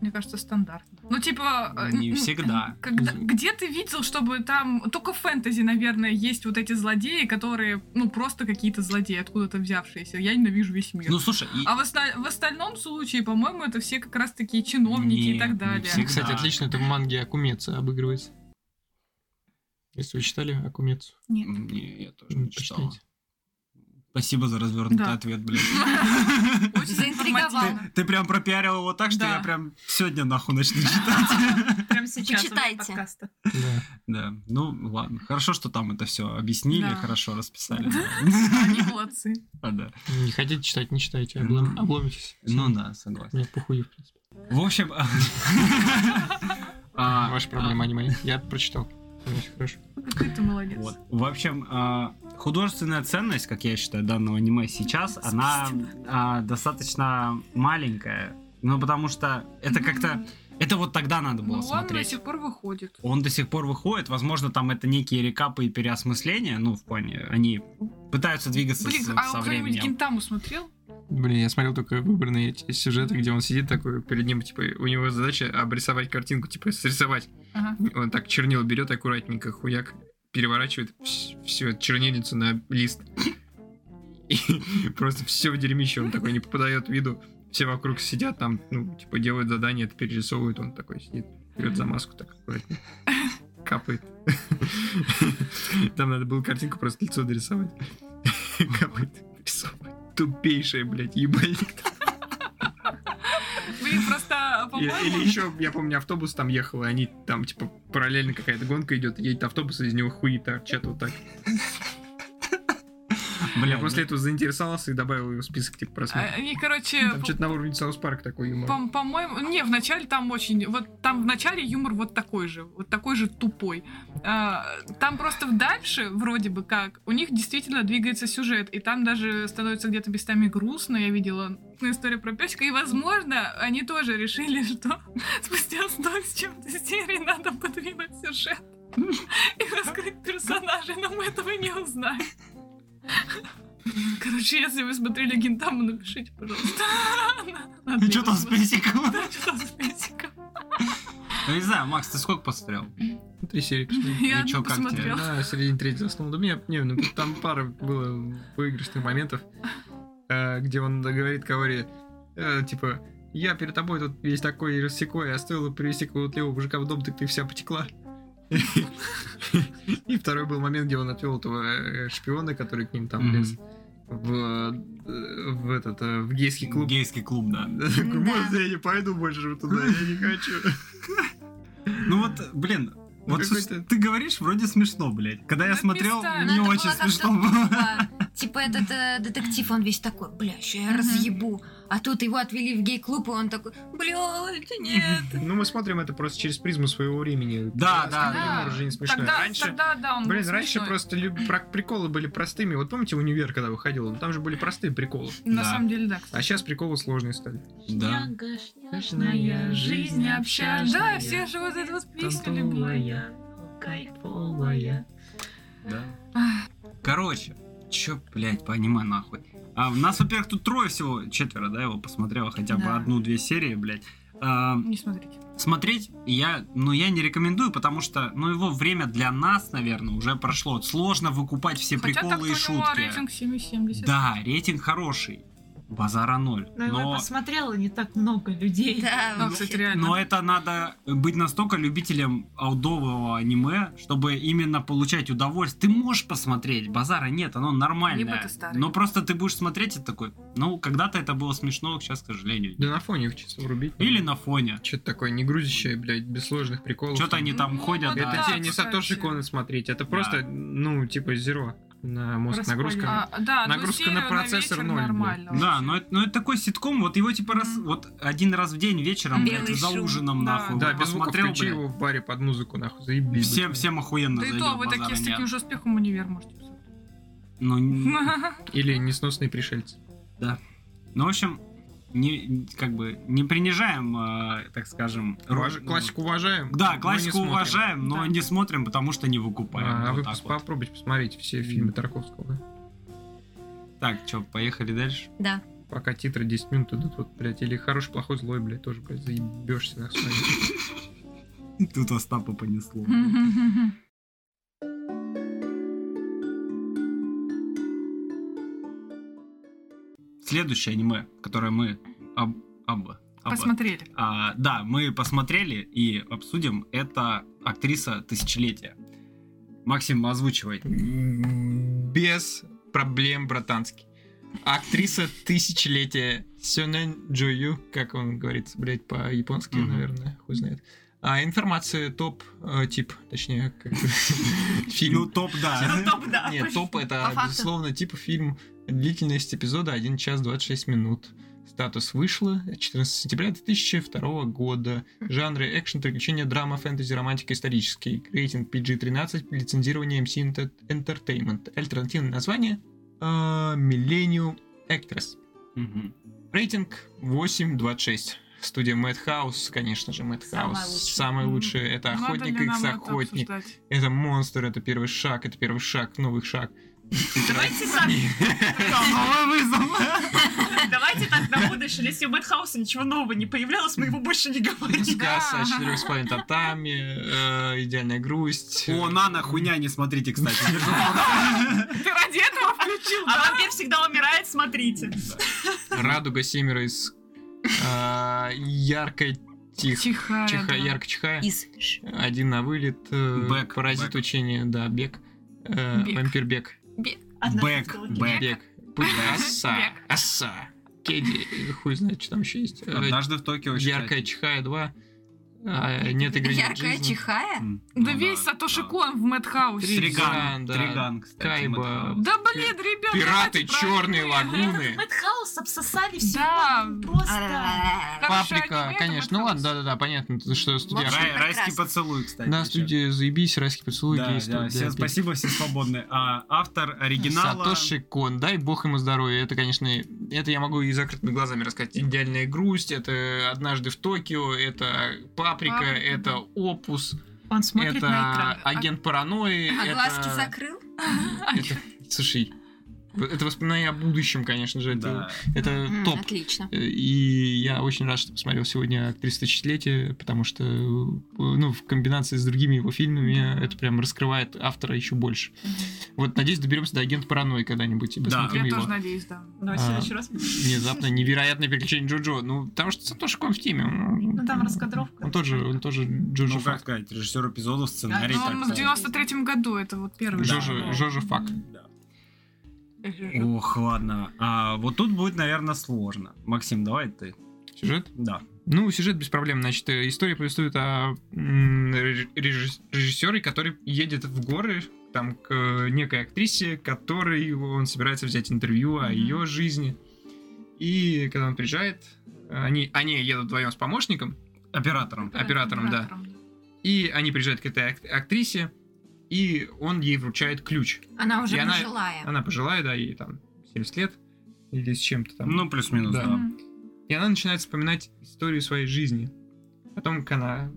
[SPEAKER 2] мне кажется, стандартно. Ну типа... э,
[SPEAKER 1] Не
[SPEAKER 2] н-
[SPEAKER 1] всегда.
[SPEAKER 2] Когда, где ты видел, чтобы там... Только в фэнтези, наверное, есть вот эти злодеи, которые, ну, просто какие-то злодеи, откуда-то взявшиеся. Я ненавижу весь мир.
[SPEAKER 1] Ну, слушай, и-
[SPEAKER 2] а в, оста- в остальном случае, по-моему, это все как раз такие чиновники
[SPEAKER 1] Не,
[SPEAKER 2] и так
[SPEAKER 1] не
[SPEAKER 2] далее.
[SPEAKER 1] все.
[SPEAKER 3] Кстати,
[SPEAKER 1] Да.
[SPEAKER 3] отлично, это в манге Акумеца обыгрывается. Если вы читали Акумецу.
[SPEAKER 1] Не, я тоже
[SPEAKER 3] М,
[SPEAKER 1] не читал.
[SPEAKER 3] почитайте.
[SPEAKER 1] Спасибо за развернутый
[SPEAKER 2] Да.
[SPEAKER 1] ответ, блин.
[SPEAKER 2] Очень
[SPEAKER 4] Заинтриговала.
[SPEAKER 2] информативно.
[SPEAKER 1] Ты прям пропиарил его так, что
[SPEAKER 2] Да.
[SPEAKER 1] я прям сегодня нахуй начну читать.
[SPEAKER 5] Прямо сейчас. во
[SPEAKER 4] Почитайте.
[SPEAKER 5] время подкаста.
[SPEAKER 3] Да.
[SPEAKER 1] Да, ну ладно. Хорошо, что там это все объяснили,
[SPEAKER 2] Да.
[SPEAKER 1] хорошо расписали.
[SPEAKER 2] Они молодцы.
[SPEAKER 1] А, да.
[SPEAKER 3] Не хотите читать, не читайте, облом-
[SPEAKER 1] Ну,
[SPEAKER 3] обломитесь.
[SPEAKER 1] Ну да, согласен.
[SPEAKER 3] Мне похуй, в принципе.
[SPEAKER 1] В общем... а,
[SPEAKER 3] Ваша
[SPEAKER 1] а,
[SPEAKER 3] проблема, а не моя. Я прочитал. Понимаете, Хорошо.
[SPEAKER 2] Какой ты молодец.
[SPEAKER 1] Вот. В общем, а, художественная ценность, как я считаю, данного аниме сейчас, она а, достаточно маленькая. Ну, потому что это как-то... Это вот тогда надо было
[SPEAKER 2] Ну, он до
[SPEAKER 1] смотреть.
[SPEAKER 2] сих пор выходит.
[SPEAKER 1] Он до сих пор выходит, возможно, там это некие рекапы и переосмысления, ну, в плане, они пытаются двигаться
[SPEAKER 2] Блин,
[SPEAKER 1] с-
[SPEAKER 2] а
[SPEAKER 1] со
[SPEAKER 2] кто-нибудь
[SPEAKER 1] временем.
[SPEAKER 2] Гентаму смотрел?
[SPEAKER 3] Блин, я смотрел только выбранные эти сюжеты, где он сидит такой, перед ним, типа, у него задача обрисовать картинку, типа, срисовать.
[SPEAKER 2] Ага.
[SPEAKER 3] Он так чернил берет аккуратненько, хуяк, переворачивает всю чернильницу на лист. И просто все в дерьмище, он такой не попадает в виду. Все вокруг сидят там, ну, типа, делают задание, это перерисовывают, он такой сидит, берет за маску так аккуратненько, капает. Там надо было картинку просто лицо дорисовать. Капает, рисовать. Тупейшая, блядь, ебальник.
[SPEAKER 2] Блин, просто,
[SPEAKER 3] Или,
[SPEAKER 2] по-моему...
[SPEAKER 3] еще, я помню, автобус там ехал, и они там, типа, параллельно какая-то гонка идет, едет автобус, и из него хуи торчат вот так.
[SPEAKER 1] Бля,
[SPEAKER 3] Я после этого заинтересовался и добавил ее в список, типа, просмотров.
[SPEAKER 2] Они, а, короче,
[SPEAKER 3] Там что-то на уровне Саус Парк такой юмор.
[SPEAKER 2] по- по-моему, не, вначале там очень, вот там вначале юмор вот такой же, вот такой же тупой. А, там просто дальше, вроде бы как, у них действительно двигается сюжет, и там даже становится где-то местами грустно, я видела ну, историю про песика, и, возможно, они тоже решили, что спустя 100 с чем-то серии надо подвинуть сюжет и раскрыть персонажей, но мы этого не узнаем. Короче, если вы смотрели Гинтаму, напишите, пожалуйста.
[SPEAKER 1] Ну что там с
[SPEAKER 2] список?
[SPEAKER 1] песиком?
[SPEAKER 2] Что там с песиком?
[SPEAKER 1] Ну не знаю, Макс, ты сколько посмотрел?
[SPEAKER 3] Три серии посмотрел.
[SPEAKER 2] Я
[SPEAKER 1] чё,
[SPEAKER 2] одну
[SPEAKER 1] как тебе?
[SPEAKER 2] посмотрела.
[SPEAKER 3] Да, в середине третьей заснул. Да мне, не, ну, там пара было выигрышных моментов, э, где он говорит Каори, э, типа, я перед тобой тут весь такой рассекой, а стоило привести какого-то левого мужика в дом, так ты вся потекла. И второй был момент, где он отвел этого э, шпиона, который к ним там
[SPEAKER 1] Мгм.
[SPEAKER 3] лез, в, э, в этот, э, в гейский клуб.
[SPEAKER 1] Гейский клуб, да.
[SPEAKER 3] Да, такой, «Можно я не пойду больше туда, я не хочу.
[SPEAKER 1] Ну вот, блин,
[SPEAKER 3] Ну
[SPEAKER 1] вот
[SPEAKER 3] какой
[SPEAKER 1] слушай,
[SPEAKER 3] ты-
[SPEAKER 1] ты говоришь, вроде смешно, блядь. Когда я
[SPEAKER 2] Ну,
[SPEAKER 1] смотрел,
[SPEAKER 2] местами.
[SPEAKER 1] не
[SPEAKER 4] Ну, это
[SPEAKER 1] очень
[SPEAKER 4] было как-то
[SPEAKER 1] смешно было.
[SPEAKER 4] тупо. Типа этот э, детектив, он весь такой, бля, ща я
[SPEAKER 2] Мгм.
[SPEAKER 4] разъебу. А тут его отвели в гей-клуб, и он такой, блядь, нет.
[SPEAKER 3] Ну, мы смотрим это просто через призму своего времени.
[SPEAKER 1] Да, да,
[SPEAKER 3] Остальной
[SPEAKER 1] да.
[SPEAKER 3] юмор уже не смешной.
[SPEAKER 2] Тогда,
[SPEAKER 3] Раньше,
[SPEAKER 2] тогда, да, он был
[SPEAKER 3] Блин, раньше
[SPEAKER 2] смешной.
[SPEAKER 3] просто люб- про- приколы были простыми. Вот помните универ, когда выходил? ну, Там же были простые приколы.
[SPEAKER 2] На
[SPEAKER 1] Да.
[SPEAKER 2] самом деле, да.
[SPEAKER 3] А сейчас приколы сложные стали.
[SPEAKER 1] Да.
[SPEAKER 5] Шняшная жизнь общажная.
[SPEAKER 2] Да, все же вот эту вот песню любили.
[SPEAKER 5] Тантовая, кайфовая.
[SPEAKER 1] Да. Короче, чё, блядь, по аниме нахуй. А, у нас, во-первых, тут трое всего, четверо, да, его посмотрело хотя бы
[SPEAKER 2] Да.
[SPEAKER 1] одну-две серии, блядь. А,
[SPEAKER 2] Не смотрите.
[SPEAKER 1] смотреть я, ну, я не рекомендую, потому что, ну, его время для нас, наверное, уже прошло. Сложно выкупать все
[SPEAKER 2] Хотя так-то у
[SPEAKER 1] приколы и
[SPEAKER 2] него
[SPEAKER 1] шутки.
[SPEAKER 2] рейтинг 7,70.
[SPEAKER 1] Да, рейтинг хороший. Базара ноль.
[SPEAKER 2] Ну,
[SPEAKER 5] Но его
[SPEAKER 1] Но,
[SPEAKER 5] посмотрело Ну, не так много людей.
[SPEAKER 4] Да,
[SPEAKER 2] Да,
[SPEAKER 4] вообще.
[SPEAKER 2] Ну, кстати,
[SPEAKER 3] Ну,
[SPEAKER 2] реально.
[SPEAKER 1] но это надо быть настолько любителем аудового аниме, чтобы именно получать удовольствие. Ты можешь посмотреть, базара нет, оно
[SPEAKER 2] Либо
[SPEAKER 1] нормальное.
[SPEAKER 2] ты старый.
[SPEAKER 1] Но просто ты будешь смотреть и такой, ну, когда-то это было смешно, сейчас, к сожалению.
[SPEAKER 3] Да на фоне их чисто врубить.
[SPEAKER 1] Или на фоне.
[SPEAKER 3] Что-то такое не грузящее, блядь, без сложных приколов.
[SPEAKER 1] Что-то они там
[SPEAKER 2] Ну,
[SPEAKER 1] ходят,
[SPEAKER 2] вот
[SPEAKER 1] да.
[SPEAKER 3] Это
[SPEAKER 2] Да,
[SPEAKER 3] тебе не
[SPEAKER 2] кстати.
[SPEAKER 3] Сатоши Коны смотреть, это просто, ну, типа, зеро на мозг
[SPEAKER 5] Распылено.
[SPEAKER 3] нагрузка.
[SPEAKER 2] А, да, одну
[SPEAKER 3] Нагрузка на
[SPEAKER 2] серию
[SPEAKER 3] процессор
[SPEAKER 2] вечер
[SPEAKER 3] ноль будет. ну
[SPEAKER 2] нормально.
[SPEAKER 1] Да,
[SPEAKER 2] вообще.
[SPEAKER 1] но это, но это такой ситком, вот его типа раз, вот один раз в день вечером,
[SPEAKER 4] Белый
[SPEAKER 1] блядь, за
[SPEAKER 4] шум,
[SPEAKER 1] ужином,
[SPEAKER 2] да.
[SPEAKER 1] нахуй.
[SPEAKER 3] Да,
[SPEAKER 1] вот
[SPEAKER 3] без звука
[SPEAKER 1] посмотрел,
[SPEAKER 3] включи
[SPEAKER 1] блядь.
[SPEAKER 3] его в баре под музыку, нахуй, заебись.
[SPEAKER 1] Всем, всем охуенно
[SPEAKER 2] Да и то,
[SPEAKER 1] зайдет,
[SPEAKER 2] вы
[SPEAKER 1] базара
[SPEAKER 2] такие с
[SPEAKER 1] нет.
[SPEAKER 2] таким же успехом универ можете
[SPEAKER 1] Ну, н-
[SPEAKER 2] посмотреть.
[SPEAKER 3] Или несносные пришельцы.
[SPEAKER 1] Ну, в общем, не, как бы не принижаем, э, так скажем,
[SPEAKER 3] Уваж-
[SPEAKER 1] ру- ну,
[SPEAKER 3] Классику уважаем. но
[SPEAKER 1] Да,
[SPEAKER 3] не
[SPEAKER 1] классику
[SPEAKER 3] смотрим.
[SPEAKER 1] уважаем, но
[SPEAKER 2] Да.
[SPEAKER 1] не смотрим, потому что не выкупаем.
[SPEAKER 3] А, а
[SPEAKER 1] вот
[SPEAKER 3] вы
[SPEAKER 1] так,
[SPEAKER 3] пос-
[SPEAKER 1] вот.
[SPEAKER 3] попробуйте посмотреть все фильмы Тарковского, да?
[SPEAKER 1] так что, поехали дальше.
[SPEAKER 4] Да.
[SPEAKER 3] пока титры 10 минут идут, вот, блядь, или хороший, плохой, злой, блядь, тоже, блядь, заебешься на сцене.
[SPEAKER 1] Тут Остапа понесло. Следующее аниме, которое мы об... об- об-
[SPEAKER 2] Посмотрели.
[SPEAKER 1] А, да, мы посмотрели и обсудим. Это актриса тысячелетия. Максим, озвучивай.
[SPEAKER 3] Без проблем, братанский. Актриса тысячелетия Сёнэн Джою, как он говорит, блядь, по-японски,
[SPEAKER 1] Мгм.
[SPEAKER 3] наверное, хуй знает. А информация топ, э, тип, точнее, как бы,
[SPEAKER 1] Ну,
[SPEAKER 3] фильм.
[SPEAKER 1] топ, да.
[SPEAKER 5] Ну, топ, да.
[SPEAKER 3] Нет, топ
[SPEAKER 4] А По
[SPEAKER 3] это,
[SPEAKER 4] факту.
[SPEAKER 3] безусловно, типа фильм. Длительность эпизода 1 час 26 минут. Статус вышло 14 сентября 2002 года. Жанры экшен, приключения, драма, фэнтези, романтика, исторический. Рейтинг PG-13, лицензирование MC Enter- Entertainment. Альтернативное название э, Millennium Actress.
[SPEAKER 1] Мгм.
[SPEAKER 3] Рейтинг 8.26. Студия Madhouse, конечно же, Madhouse.
[SPEAKER 4] Самая
[SPEAKER 3] Самое
[SPEAKER 4] лучшая.
[SPEAKER 3] лучшее. это
[SPEAKER 2] Надо ли
[SPEAKER 3] Охотник Икс
[SPEAKER 2] нам это
[SPEAKER 3] Охотник.
[SPEAKER 2] обсуждать?
[SPEAKER 3] Это монстр, это первый шаг, это первый шаг, новый шаг.
[SPEAKER 5] Давайте так, давайте так на будущее. Если у Мэтхауса ничего нового не появлялось, мы его больше не говорим.
[SPEAKER 3] Сказ о четырех с половиной татами, э, идеальная грусть.
[SPEAKER 1] О, Нана, хуйня, не смотрите, кстати.
[SPEAKER 2] Ты ради этого включил,
[SPEAKER 5] А
[SPEAKER 2] да?
[SPEAKER 5] вампир всегда умирает, смотрите.
[SPEAKER 3] Радуга семеро из э, яркой тих,
[SPEAKER 2] Тихая,
[SPEAKER 3] чиха,
[SPEAKER 2] да.
[SPEAKER 3] ярко чихая.
[SPEAKER 4] Из.
[SPEAKER 3] Один на вылет. э,
[SPEAKER 1] Бэк,
[SPEAKER 3] Паразит
[SPEAKER 1] бэк. учения
[SPEAKER 3] учения, да, бег. Э,
[SPEAKER 2] Бег.
[SPEAKER 3] Вампир бег.
[SPEAKER 5] Одна
[SPEAKER 1] Бэк,
[SPEAKER 5] футболка.
[SPEAKER 1] бэк.
[SPEAKER 3] Бег. Пусть- Оса.
[SPEAKER 2] Бег.
[SPEAKER 3] Оса. Кеди. Хуй знает, что там еще есть. Э,
[SPEAKER 1] Однажды в Токио. считайте.
[SPEAKER 3] Яркая чихая 2. А, нет игры, нет
[SPEAKER 4] Яркая
[SPEAKER 3] жизни.
[SPEAKER 4] чихая?
[SPEAKER 1] М, ну
[SPEAKER 2] Да весь Сатоши Кон в Мэтхаусе.
[SPEAKER 3] Три- Триган,
[SPEAKER 1] Триган,
[SPEAKER 3] да.
[SPEAKER 1] Триган, кстати.
[SPEAKER 3] Кайба.
[SPEAKER 1] Мэтхаус.
[SPEAKER 2] Да блин, ребят,
[SPEAKER 3] Пираты
[SPEAKER 2] давайте правильно.
[SPEAKER 3] Черной Лагуны.
[SPEAKER 5] Мэтхаус обсосали все.
[SPEAKER 2] Да.
[SPEAKER 5] Просто.
[SPEAKER 4] А-ра-ра-ра-ра.
[SPEAKER 2] Хорошо,
[SPEAKER 3] Паблика,
[SPEAKER 2] аниме,
[SPEAKER 3] конечно.
[SPEAKER 2] это
[SPEAKER 3] Ну ладно,
[SPEAKER 2] Мэтхаус.
[SPEAKER 3] да-да-да, понятно, что студия.
[SPEAKER 4] общем,
[SPEAKER 1] Рай- Райский
[SPEAKER 4] прекрасно.
[SPEAKER 1] поцелуй, кстати.
[SPEAKER 3] Да,
[SPEAKER 1] еще.
[SPEAKER 3] студия заебись, райский поцелуй,
[SPEAKER 1] Да,
[SPEAKER 3] гей,
[SPEAKER 1] да,
[SPEAKER 3] студия,
[SPEAKER 1] все,
[SPEAKER 3] пи-
[SPEAKER 1] спасибо, все свободны. А автор оригинала...
[SPEAKER 3] Сатоши Кон, дай бог ему здоровья. Это, конечно, это я могу и закрытыми глазами рассказать. Идеальная грусть, это однажды в Токио, это паприка,
[SPEAKER 2] Паприка,
[SPEAKER 3] это
[SPEAKER 2] да.
[SPEAKER 3] опус,
[SPEAKER 5] Он смотрит на
[SPEAKER 3] это
[SPEAKER 2] А
[SPEAKER 5] экран.
[SPEAKER 3] агент паранойи.
[SPEAKER 4] А
[SPEAKER 3] это-
[SPEAKER 4] глазки закрыл?
[SPEAKER 3] это- Слушай, это воспоминание о будущем, конечно же, это,
[SPEAKER 1] Да.
[SPEAKER 3] это
[SPEAKER 4] М,
[SPEAKER 3] топ.
[SPEAKER 4] Отлично.
[SPEAKER 3] И я очень рад, что посмотрел сегодня «Актриса тысячелетия», потому что э, ну, в комбинации с другими его фильмами это прям раскрывает автора еще больше. Вот, надеюсь, доберемся до агента паранойи когда-нибудь и
[SPEAKER 1] Да.
[SPEAKER 3] посмотрим
[SPEAKER 2] А, Я
[SPEAKER 3] его.
[SPEAKER 2] тоже надеюсь, да.
[SPEAKER 5] Давай в
[SPEAKER 3] А.
[SPEAKER 5] Ну, следующий раз.
[SPEAKER 3] Внезапно невероятное приключение Джоджо. Ну, потому что Сатоши Кон в теме.
[SPEAKER 5] Ну
[SPEAKER 3] Ну,
[SPEAKER 5] там раскадровка.
[SPEAKER 3] Он тоже, он тоже Джоджо
[SPEAKER 1] Ну, как
[SPEAKER 3] Фак.
[SPEAKER 1] сказать, режиссер эпизодов, сценарий.
[SPEAKER 2] Ну, он
[SPEAKER 1] так сказать.
[SPEAKER 2] в 93-м году, это вот первый.
[SPEAKER 1] Да.
[SPEAKER 3] Джоджо, Джоджо Фак.
[SPEAKER 1] Да. Ох, ладно. А вот тут будет, наверное, сложно. Максим, давай ты.
[SPEAKER 3] Сюжет?
[SPEAKER 1] Да.
[SPEAKER 3] Ну, сюжет без проблем. Значит, э, история повествует о м, реж- режисс- режиссере, который едет в горы там к э, некой актрисе, которой он собирается взять интервью о
[SPEAKER 5] Мгм.
[SPEAKER 3] ее жизни. И когда он приезжает, они, они едут вдвоем с помощником,
[SPEAKER 1] Оператором.
[SPEAKER 3] оператором, да. И они приезжают к этой ак- актрисе, и он ей вручает ключ.
[SPEAKER 4] Она уже
[SPEAKER 3] И она-
[SPEAKER 4] пожилая.
[SPEAKER 3] Она пожилая, да, ей там 70 лет или с чем-то там.
[SPEAKER 1] Ну, плюс-минус,
[SPEAKER 3] Да.
[SPEAKER 1] да.
[SPEAKER 2] Мгм.
[SPEAKER 3] И она начинает вспоминать историю своей жизни. О том, как она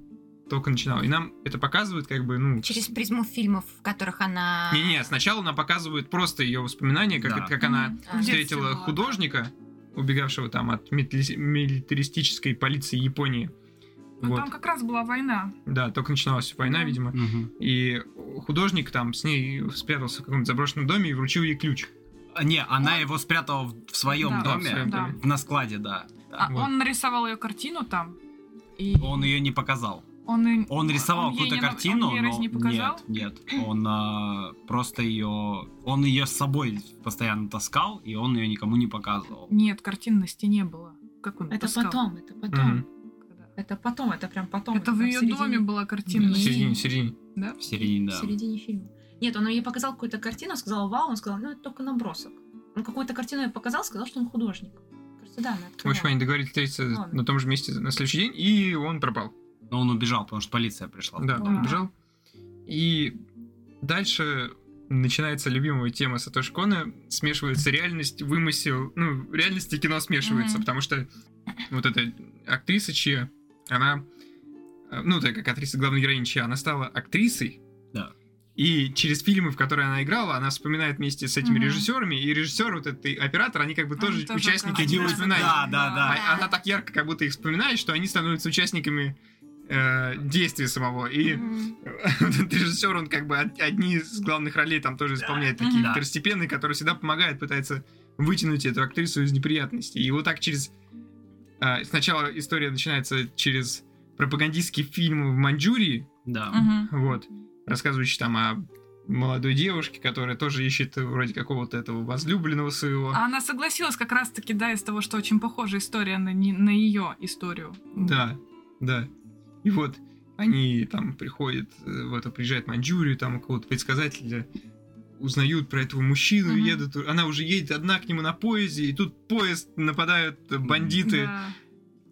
[SPEAKER 3] только начинала. И нам это показывает как бы, ну...
[SPEAKER 4] Через призму фильмов, в которых она...
[SPEAKER 3] Не-не, сначала она показывает просто ее воспоминания, как,
[SPEAKER 1] Да.
[SPEAKER 3] это- как она
[SPEAKER 2] В
[SPEAKER 4] А,
[SPEAKER 2] детстве
[SPEAKER 3] встретила
[SPEAKER 2] была.
[SPEAKER 3] художника, убегавшего там от митли- милитаристической полиции Японии.
[SPEAKER 2] Ну,
[SPEAKER 3] вот.
[SPEAKER 2] там как раз была война.
[SPEAKER 3] Да, только начиналась война,
[SPEAKER 2] Да.
[SPEAKER 3] видимо.
[SPEAKER 1] Мгм.
[SPEAKER 3] И художник там с ней спрятался в каком-то заброшенном доме и вручил ей ключ.
[SPEAKER 1] А, Не, она его спрятала в, в своем
[SPEAKER 2] Да,
[SPEAKER 3] в своем
[SPEAKER 1] доме.
[SPEAKER 2] да.
[SPEAKER 1] На складе, да. Да.
[SPEAKER 2] А
[SPEAKER 3] Вот.
[SPEAKER 2] он нарисовал ее картину там. И
[SPEAKER 1] Он ее не показал.
[SPEAKER 2] А он, и-
[SPEAKER 1] Он рисовал
[SPEAKER 2] ей
[SPEAKER 1] какую-то
[SPEAKER 2] не-
[SPEAKER 1] картину,
[SPEAKER 2] он ей
[SPEAKER 1] но
[SPEAKER 2] разве не показал?
[SPEAKER 1] нет, нет. Он а, просто ее, он ее с собой постоянно таскал, и он ее никому не показывал.
[SPEAKER 2] Нет, картин на стене была. Как он
[SPEAKER 5] Это
[SPEAKER 2] таскал?
[SPEAKER 5] потом, это потом.
[SPEAKER 3] Мгм.
[SPEAKER 2] Когда?
[SPEAKER 5] Это потом, это прям потом.
[SPEAKER 2] Это в
[SPEAKER 5] прям
[SPEAKER 2] ее
[SPEAKER 5] середине.
[SPEAKER 2] доме была
[SPEAKER 3] В
[SPEAKER 2] картина. на стене.
[SPEAKER 3] середине, в середине.
[SPEAKER 2] Да?
[SPEAKER 1] В середине,
[SPEAKER 5] В
[SPEAKER 1] да.
[SPEAKER 5] середине фильма. Нет, он ей показал какую-то картину, сказал вау, он сказал, ну это только набросок. Он какую-то картину ей показал, сказал, что он художник. Кажется, да, она
[SPEAKER 3] В общем,
[SPEAKER 5] открывала.
[SPEAKER 3] они договорились встретиться
[SPEAKER 5] Ладно.
[SPEAKER 3] на том же месте на следующий день, и он пропал.
[SPEAKER 1] Но он убежал, потому что полиция пришла.
[SPEAKER 3] Да, он
[SPEAKER 2] Да.
[SPEAKER 3] убежал. И дальше начинается любимая тема Сатоши Кона. Смешивается реальность, вымысел. Ну, реальность и кино смешивается,
[SPEAKER 5] Мгм.
[SPEAKER 3] потому что вот эта актриса Чия, она... э, Ну, так как актриса главной героини Чия, она стала актрисой.
[SPEAKER 1] Да.
[SPEAKER 3] И через фильмы, в которые она играла, она вспоминает вместе с этими
[SPEAKER 5] Мгм.
[SPEAKER 3] режиссерами, и режиссер, вот этот и оператор, они как бы
[SPEAKER 2] Они
[SPEAKER 3] тоже,
[SPEAKER 2] тоже
[SPEAKER 3] участники
[SPEAKER 2] оказались.
[SPEAKER 3] этих
[SPEAKER 2] Да,
[SPEAKER 3] воспоминаний.
[SPEAKER 1] Да, да,
[SPEAKER 3] А-
[SPEAKER 1] да.
[SPEAKER 4] Да.
[SPEAKER 3] Она так ярко как будто их вспоминает, что они становятся участниками э, действия самого. И
[SPEAKER 4] Мгм.
[SPEAKER 3] вот этот режиссер, он как бы од- одни из главных ролей там тоже исполняет, такие
[SPEAKER 1] Да.
[SPEAKER 3] второстепенные, которые всегда помогают, пытается вытянуть эту актрису из неприятностей. И вот так через... а, сначала история начинается через пропагандистский фильм в Маньчжурии,
[SPEAKER 1] Да.
[SPEAKER 2] Мгм.
[SPEAKER 3] вот, рассказывающий там о молодой девушке, которая тоже ищет вроде какого-то этого возлюбленного своего.
[SPEAKER 2] А она согласилась как раз-таки, да, из того, что очень похожа история на, не- на ее историю.
[SPEAKER 3] Да, да. И вот они там приходят, э, вот а приезжает Маньчжурию, там у кого-то предсказателя, узнают про этого мужчину,
[SPEAKER 2] Мгм.
[SPEAKER 3] едут, она уже едет одна к нему на поезде, и тут поезд нападают э, бандиты,
[SPEAKER 2] Да.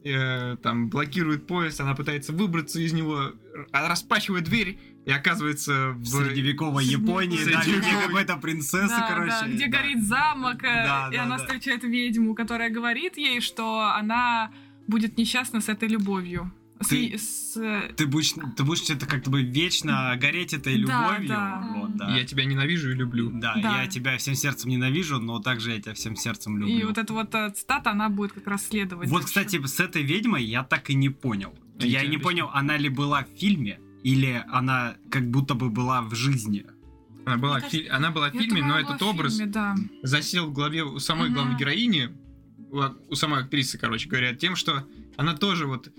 [SPEAKER 3] э, там блокируют поезд, она пытается выбраться из него, р- она распахивает дверь, и оказывается в...
[SPEAKER 1] В средневековой
[SPEAKER 2] Средневековой.
[SPEAKER 1] Японии, да, где
[SPEAKER 4] Средневековой.
[SPEAKER 1] какая-то принцесса,
[SPEAKER 2] Да,
[SPEAKER 1] короче.
[SPEAKER 2] да, где
[SPEAKER 1] да.
[SPEAKER 2] горит замок, э,
[SPEAKER 1] Да,
[SPEAKER 2] и
[SPEAKER 1] да,
[SPEAKER 2] она
[SPEAKER 1] да.
[SPEAKER 2] встречает ведьму, которая говорит ей, что она будет несчастна с этой любовью. С
[SPEAKER 1] Ты-
[SPEAKER 2] е- с, э,
[SPEAKER 1] Ты будешь, ты будешь это как бы вечно гореть этой
[SPEAKER 2] Да,
[SPEAKER 1] любовью.
[SPEAKER 2] да.
[SPEAKER 1] Вот, да.
[SPEAKER 3] Я тебя ненавижу и люблю.
[SPEAKER 1] Да,
[SPEAKER 2] Да.
[SPEAKER 1] я тебя всем сердцем ненавижу, но также я тебя всем сердцем люблю.
[SPEAKER 2] И вот эта вот э, цитата, она будет как раз следовать.
[SPEAKER 1] Ну, Вот,
[SPEAKER 2] дальше.
[SPEAKER 1] кстати, с этой ведьмой я так и не понял.
[SPEAKER 3] А
[SPEAKER 1] я
[SPEAKER 3] я тебе
[SPEAKER 1] не
[SPEAKER 3] объясню.
[SPEAKER 1] понял, она ли была в фильме, или она как будто бы была в жизни.
[SPEAKER 3] Она была,
[SPEAKER 5] Мне
[SPEAKER 3] в
[SPEAKER 5] кажется,
[SPEAKER 3] фи- она была в
[SPEAKER 2] Я
[SPEAKER 3] фильме,
[SPEAKER 2] думала,
[SPEAKER 3] но
[SPEAKER 2] была
[SPEAKER 3] этот
[SPEAKER 2] в
[SPEAKER 3] образ
[SPEAKER 2] фильме, да.
[SPEAKER 3] засел в голове у самой
[SPEAKER 2] Мгм.
[SPEAKER 3] главной героини, у, ак- у самой актрисы, короче говоря, тем, что она тоже вот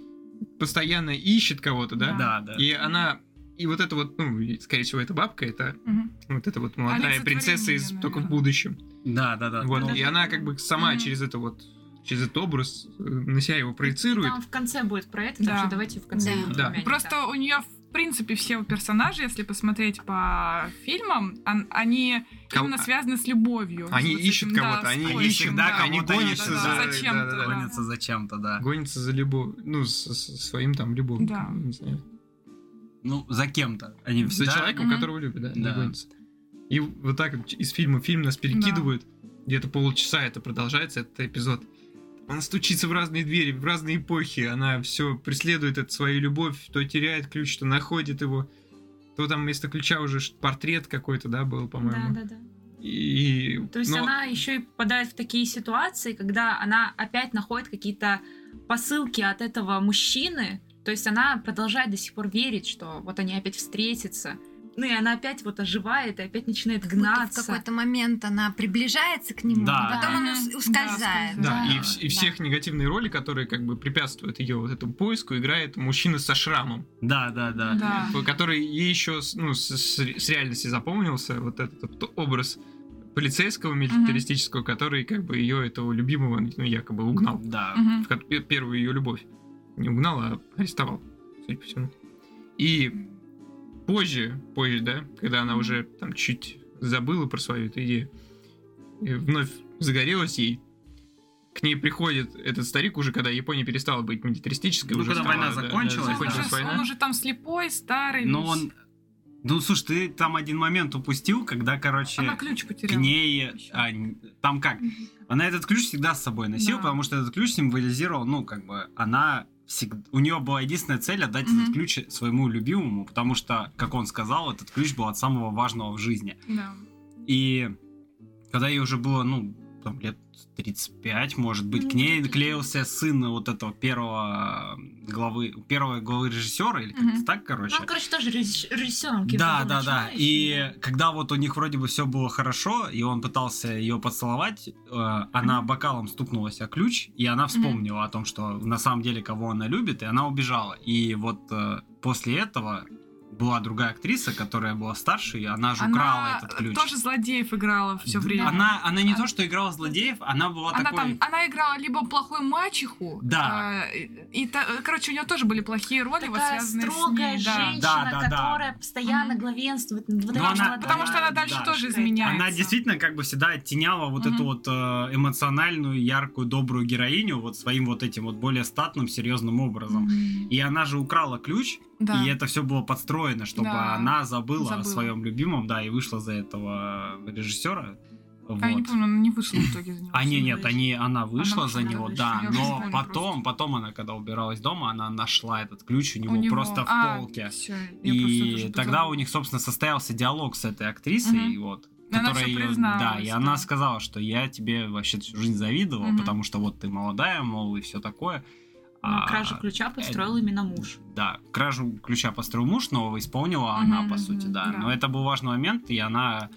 [SPEAKER 3] постоянно ищет кого-то, да?
[SPEAKER 1] Да, да.
[SPEAKER 3] И она... И вот это вот, ну, и, скорее всего, эта бабка, это
[SPEAKER 2] Мгм.
[SPEAKER 3] вот эта вот молодая
[SPEAKER 2] Олицетворение
[SPEAKER 3] принцесса из
[SPEAKER 2] её,
[SPEAKER 3] только в
[SPEAKER 2] наверное.
[SPEAKER 3] будущем.
[SPEAKER 1] Да, да, да.
[SPEAKER 3] вот.
[SPEAKER 1] Ну,
[SPEAKER 3] И она как бы сама
[SPEAKER 2] Мгм.
[SPEAKER 3] через это вот через этот образ э, на себя его проецирует.
[SPEAKER 5] Там в конце будет про это, так
[SPEAKER 2] Да.
[SPEAKER 5] что давайте в конце.
[SPEAKER 4] Да.
[SPEAKER 5] будем
[SPEAKER 3] Да.
[SPEAKER 2] Ну,
[SPEAKER 5] помянем,
[SPEAKER 2] Просто у нее, в принципе, все персонажи, если посмотреть по фильмам, он- они
[SPEAKER 3] Кого-
[SPEAKER 2] именно связаны с любовью.
[SPEAKER 3] Они
[SPEAKER 2] Вот с
[SPEAKER 3] ищут
[SPEAKER 2] этим, да,
[SPEAKER 3] кого-то, они
[SPEAKER 2] спойлером,
[SPEAKER 1] ищут, да,
[SPEAKER 3] они
[SPEAKER 1] кого-то
[SPEAKER 3] гонятся
[SPEAKER 1] ищут, да,
[SPEAKER 3] за...
[SPEAKER 2] зачем-то,
[SPEAKER 3] да, да, да.
[SPEAKER 1] Гонятся зачем-то, да.
[SPEAKER 3] Гонятся за любовь, ну, со, со своим там любовью.
[SPEAKER 2] Да.
[SPEAKER 3] не знаю.
[SPEAKER 1] Ну, за кем-то. Они
[SPEAKER 3] За
[SPEAKER 1] всегда...
[SPEAKER 3] человеком,
[SPEAKER 2] Мгм.
[SPEAKER 3] которого любят, да, они
[SPEAKER 1] Да.
[SPEAKER 3] гонятся. И вот так вот из фильма в фильм нас перекидывают. Где-то полчаса это продолжается, этот эпизод. Она стучится в разные двери, в разные эпохи. Она все преследует эту свою любовь, то теряет ключ, то находит его. То там вместо ключа уже ш- портрет какой-то, да, был,
[SPEAKER 5] да. Да,
[SPEAKER 3] по-моему.
[SPEAKER 5] да, да.
[SPEAKER 3] И...
[SPEAKER 5] То есть
[SPEAKER 3] но-
[SPEAKER 5] она еще и попадает в такие ситуации, когда она опять находит какие-то посылки от этого мужчины. То есть она продолжает до сих пор верить, что вот они опять встретятся. Ну и она опять вот оживает и опять начинает
[SPEAKER 4] Как будто
[SPEAKER 5] гнаться.
[SPEAKER 4] В какой-то момент она приближается к нему,
[SPEAKER 1] Да.
[SPEAKER 4] а потом она
[SPEAKER 2] Мгм.
[SPEAKER 4] ус- ускользает.
[SPEAKER 2] Да,
[SPEAKER 3] Да,
[SPEAKER 2] Да.
[SPEAKER 3] и, вс- и всех негативные роли, которые как бы препятствуют ее вот этому поиску, играет мужчина со шрамом,
[SPEAKER 1] Да, да, да.
[SPEAKER 2] Да.
[SPEAKER 3] который ей еще с- ну, с, с ре- с реальности запомнился, вот этот вот образ полицейского милитаристического, который как бы ее этого любимого ну, якобы угнал.
[SPEAKER 1] Да.
[SPEAKER 2] Мгм.
[SPEAKER 3] В ко- пе- Первую ее любовь. Не угнал, а арестовал, судя по всему. И позже, позже, да, когда она
[SPEAKER 2] Мгм.
[SPEAKER 3] уже там чуть забыла про свою эту идею, и вновь загорелась ей, к ней приходит этот старик уже, когда Япония перестала быть милитаристической.
[SPEAKER 1] Ну,
[SPEAKER 3] уже
[SPEAKER 1] когда
[SPEAKER 3] стала,
[SPEAKER 1] война
[SPEAKER 3] да, да,
[SPEAKER 1] закончилась,
[SPEAKER 2] Он,
[SPEAKER 1] Закончилась
[SPEAKER 2] уже,
[SPEAKER 3] война.
[SPEAKER 2] он уже там слепой, старый.
[SPEAKER 1] Но
[SPEAKER 2] весь.
[SPEAKER 1] он... Ну, слушай, ты там один момент упустил, когда, короче,
[SPEAKER 2] Она ключ
[SPEAKER 1] к
[SPEAKER 2] потеряла.
[SPEAKER 1] ней... а, н- там как? Она этот ключ всегда с собой носила,
[SPEAKER 2] Да.
[SPEAKER 1] потому что этот ключ символизировал, ну, как бы, она всегда... У нее была единственная цель отдать этот
[SPEAKER 2] Мгм.
[SPEAKER 1] ключ своему любимому, потому что, как он сказал, этот ключ был от самого важного в жизни.
[SPEAKER 2] Да.
[SPEAKER 1] И когда ей уже было, ну, там лет 35, может быть, к ней клеился сын вот этого первого главы, первой главы режиссера, или как-то
[SPEAKER 2] Мгм.
[SPEAKER 1] так, короче.
[SPEAKER 5] Ну, он, короче, тоже режисс- режиссером каким-то
[SPEAKER 1] Да,
[SPEAKER 5] был
[SPEAKER 1] да, да. И
[SPEAKER 5] начинающий.
[SPEAKER 1] когда вот у них вроде бы все было хорошо, и он пытался ее поцеловать, э, она бокалом стукнулась о ключ, и она вспомнила о том, что на самом деле кого она любит, и она убежала. И вот э, после этого была другая актриса, которая была старше, и она же украла
[SPEAKER 2] Она
[SPEAKER 1] этот ключ.
[SPEAKER 2] тоже злодеев играла все время. А,
[SPEAKER 1] Она, она не то, что играла злодеев, она была
[SPEAKER 2] Она,
[SPEAKER 1] такой...
[SPEAKER 2] там, она играла либо плохую мачеху,
[SPEAKER 1] Да.
[SPEAKER 2] э, и, и та- короче, у нее тоже были плохие роли, вот
[SPEAKER 5] Такая
[SPEAKER 2] связанные
[SPEAKER 5] строгая
[SPEAKER 2] с ней. да.
[SPEAKER 5] женщина,
[SPEAKER 1] Да, да, да.
[SPEAKER 5] которая постоянно
[SPEAKER 2] Мгм.
[SPEAKER 5] главенствует над вот
[SPEAKER 1] Но
[SPEAKER 5] этим
[SPEAKER 1] она-
[SPEAKER 5] молодым
[SPEAKER 2] Потому что она
[SPEAKER 1] Да,
[SPEAKER 2] дальше
[SPEAKER 1] да.
[SPEAKER 2] тоже изменяется.
[SPEAKER 1] Она действительно как бы всегда оттеняла вот
[SPEAKER 2] Мгм.
[SPEAKER 1] эту вот э, эмоциональную, яркую, добрую героиню вот своим вот этим вот более статным, серьезным образом.
[SPEAKER 2] Мгм.
[SPEAKER 1] И она же украла ключ,
[SPEAKER 2] Да.
[SPEAKER 1] и это все было подстроено, чтобы
[SPEAKER 2] Да.
[SPEAKER 1] она забыла, о
[SPEAKER 2] Забыла.
[SPEAKER 1] своем любимом, да, и вышла за этого режиссера. Вот.
[SPEAKER 2] А я не помню, она не вышла в итоге за него.
[SPEAKER 1] А не,
[SPEAKER 5] Она
[SPEAKER 1] нет,
[SPEAKER 5] вышла.
[SPEAKER 1] они, она вышла
[SPEAKER 2] вышла,
[SPEAKER 1] за
[SPEAKER 2] она
[SPEAKER 1] него,
[SPEAKER 5] вышла.
[SPEAKER 1] да,
[SPEAKER 2] Я
[SPEAKER 1] но
[SPEAKER 2] вспомнила
[SPEAKER 1] потом,
[SPEAKER 2] просто.
[SPEAKER 1] потом она, когда убиралась дома, она нашла этот ключ у него,
[SPEAKER 2] У него-
[SPEAKER 1] просто в
[SPEAKER 2] а,
[SPEAKER 1] полке.
[SPEAKER 2] всё, я просто это
[SPEAKER 1] И
[SPEAKER 2] уже
[SPEAKER 1] тогда
[SPEAKER 2] забыла.
[SPEAKER 1] у них, собственно, состоялся диалог с этой актрисой,
[SPEAKER 2] Мгм.
[SPEAKER 1] и вот.
[SPEAKER 2] Она
[SPEAKER 1] которая
[SPEAKER 2] всё
[SPEAKER 1] её-
[SPEAKER 2] призналась,
[SPEAKER 1] да, и
[SPEAKER 2] да.
[SPEAKER 1] она сказала, что я тебе вообще всю жизнь завидовала,
[SPEAKER 2] Мгм.
[SPEAKER 1] потому что вот ты молодая, мол, и все такое.
[SPEAKER 5] Ну,
[SPEAKER 1] А,
[SPEAKER 5] кражу ключа построил именно муж.
[SPEAKER 1] Да, кражу ключа построил муж, но исполнила она,
[SPEAKER 2] Мгм,
[SPEAKER 1] по
[SPEAKER 2] мгм,
[SPEAKER 1] сути, да.
[SPEAKER 2] да.
[SPEAKER 1] Но это был важный момент, и она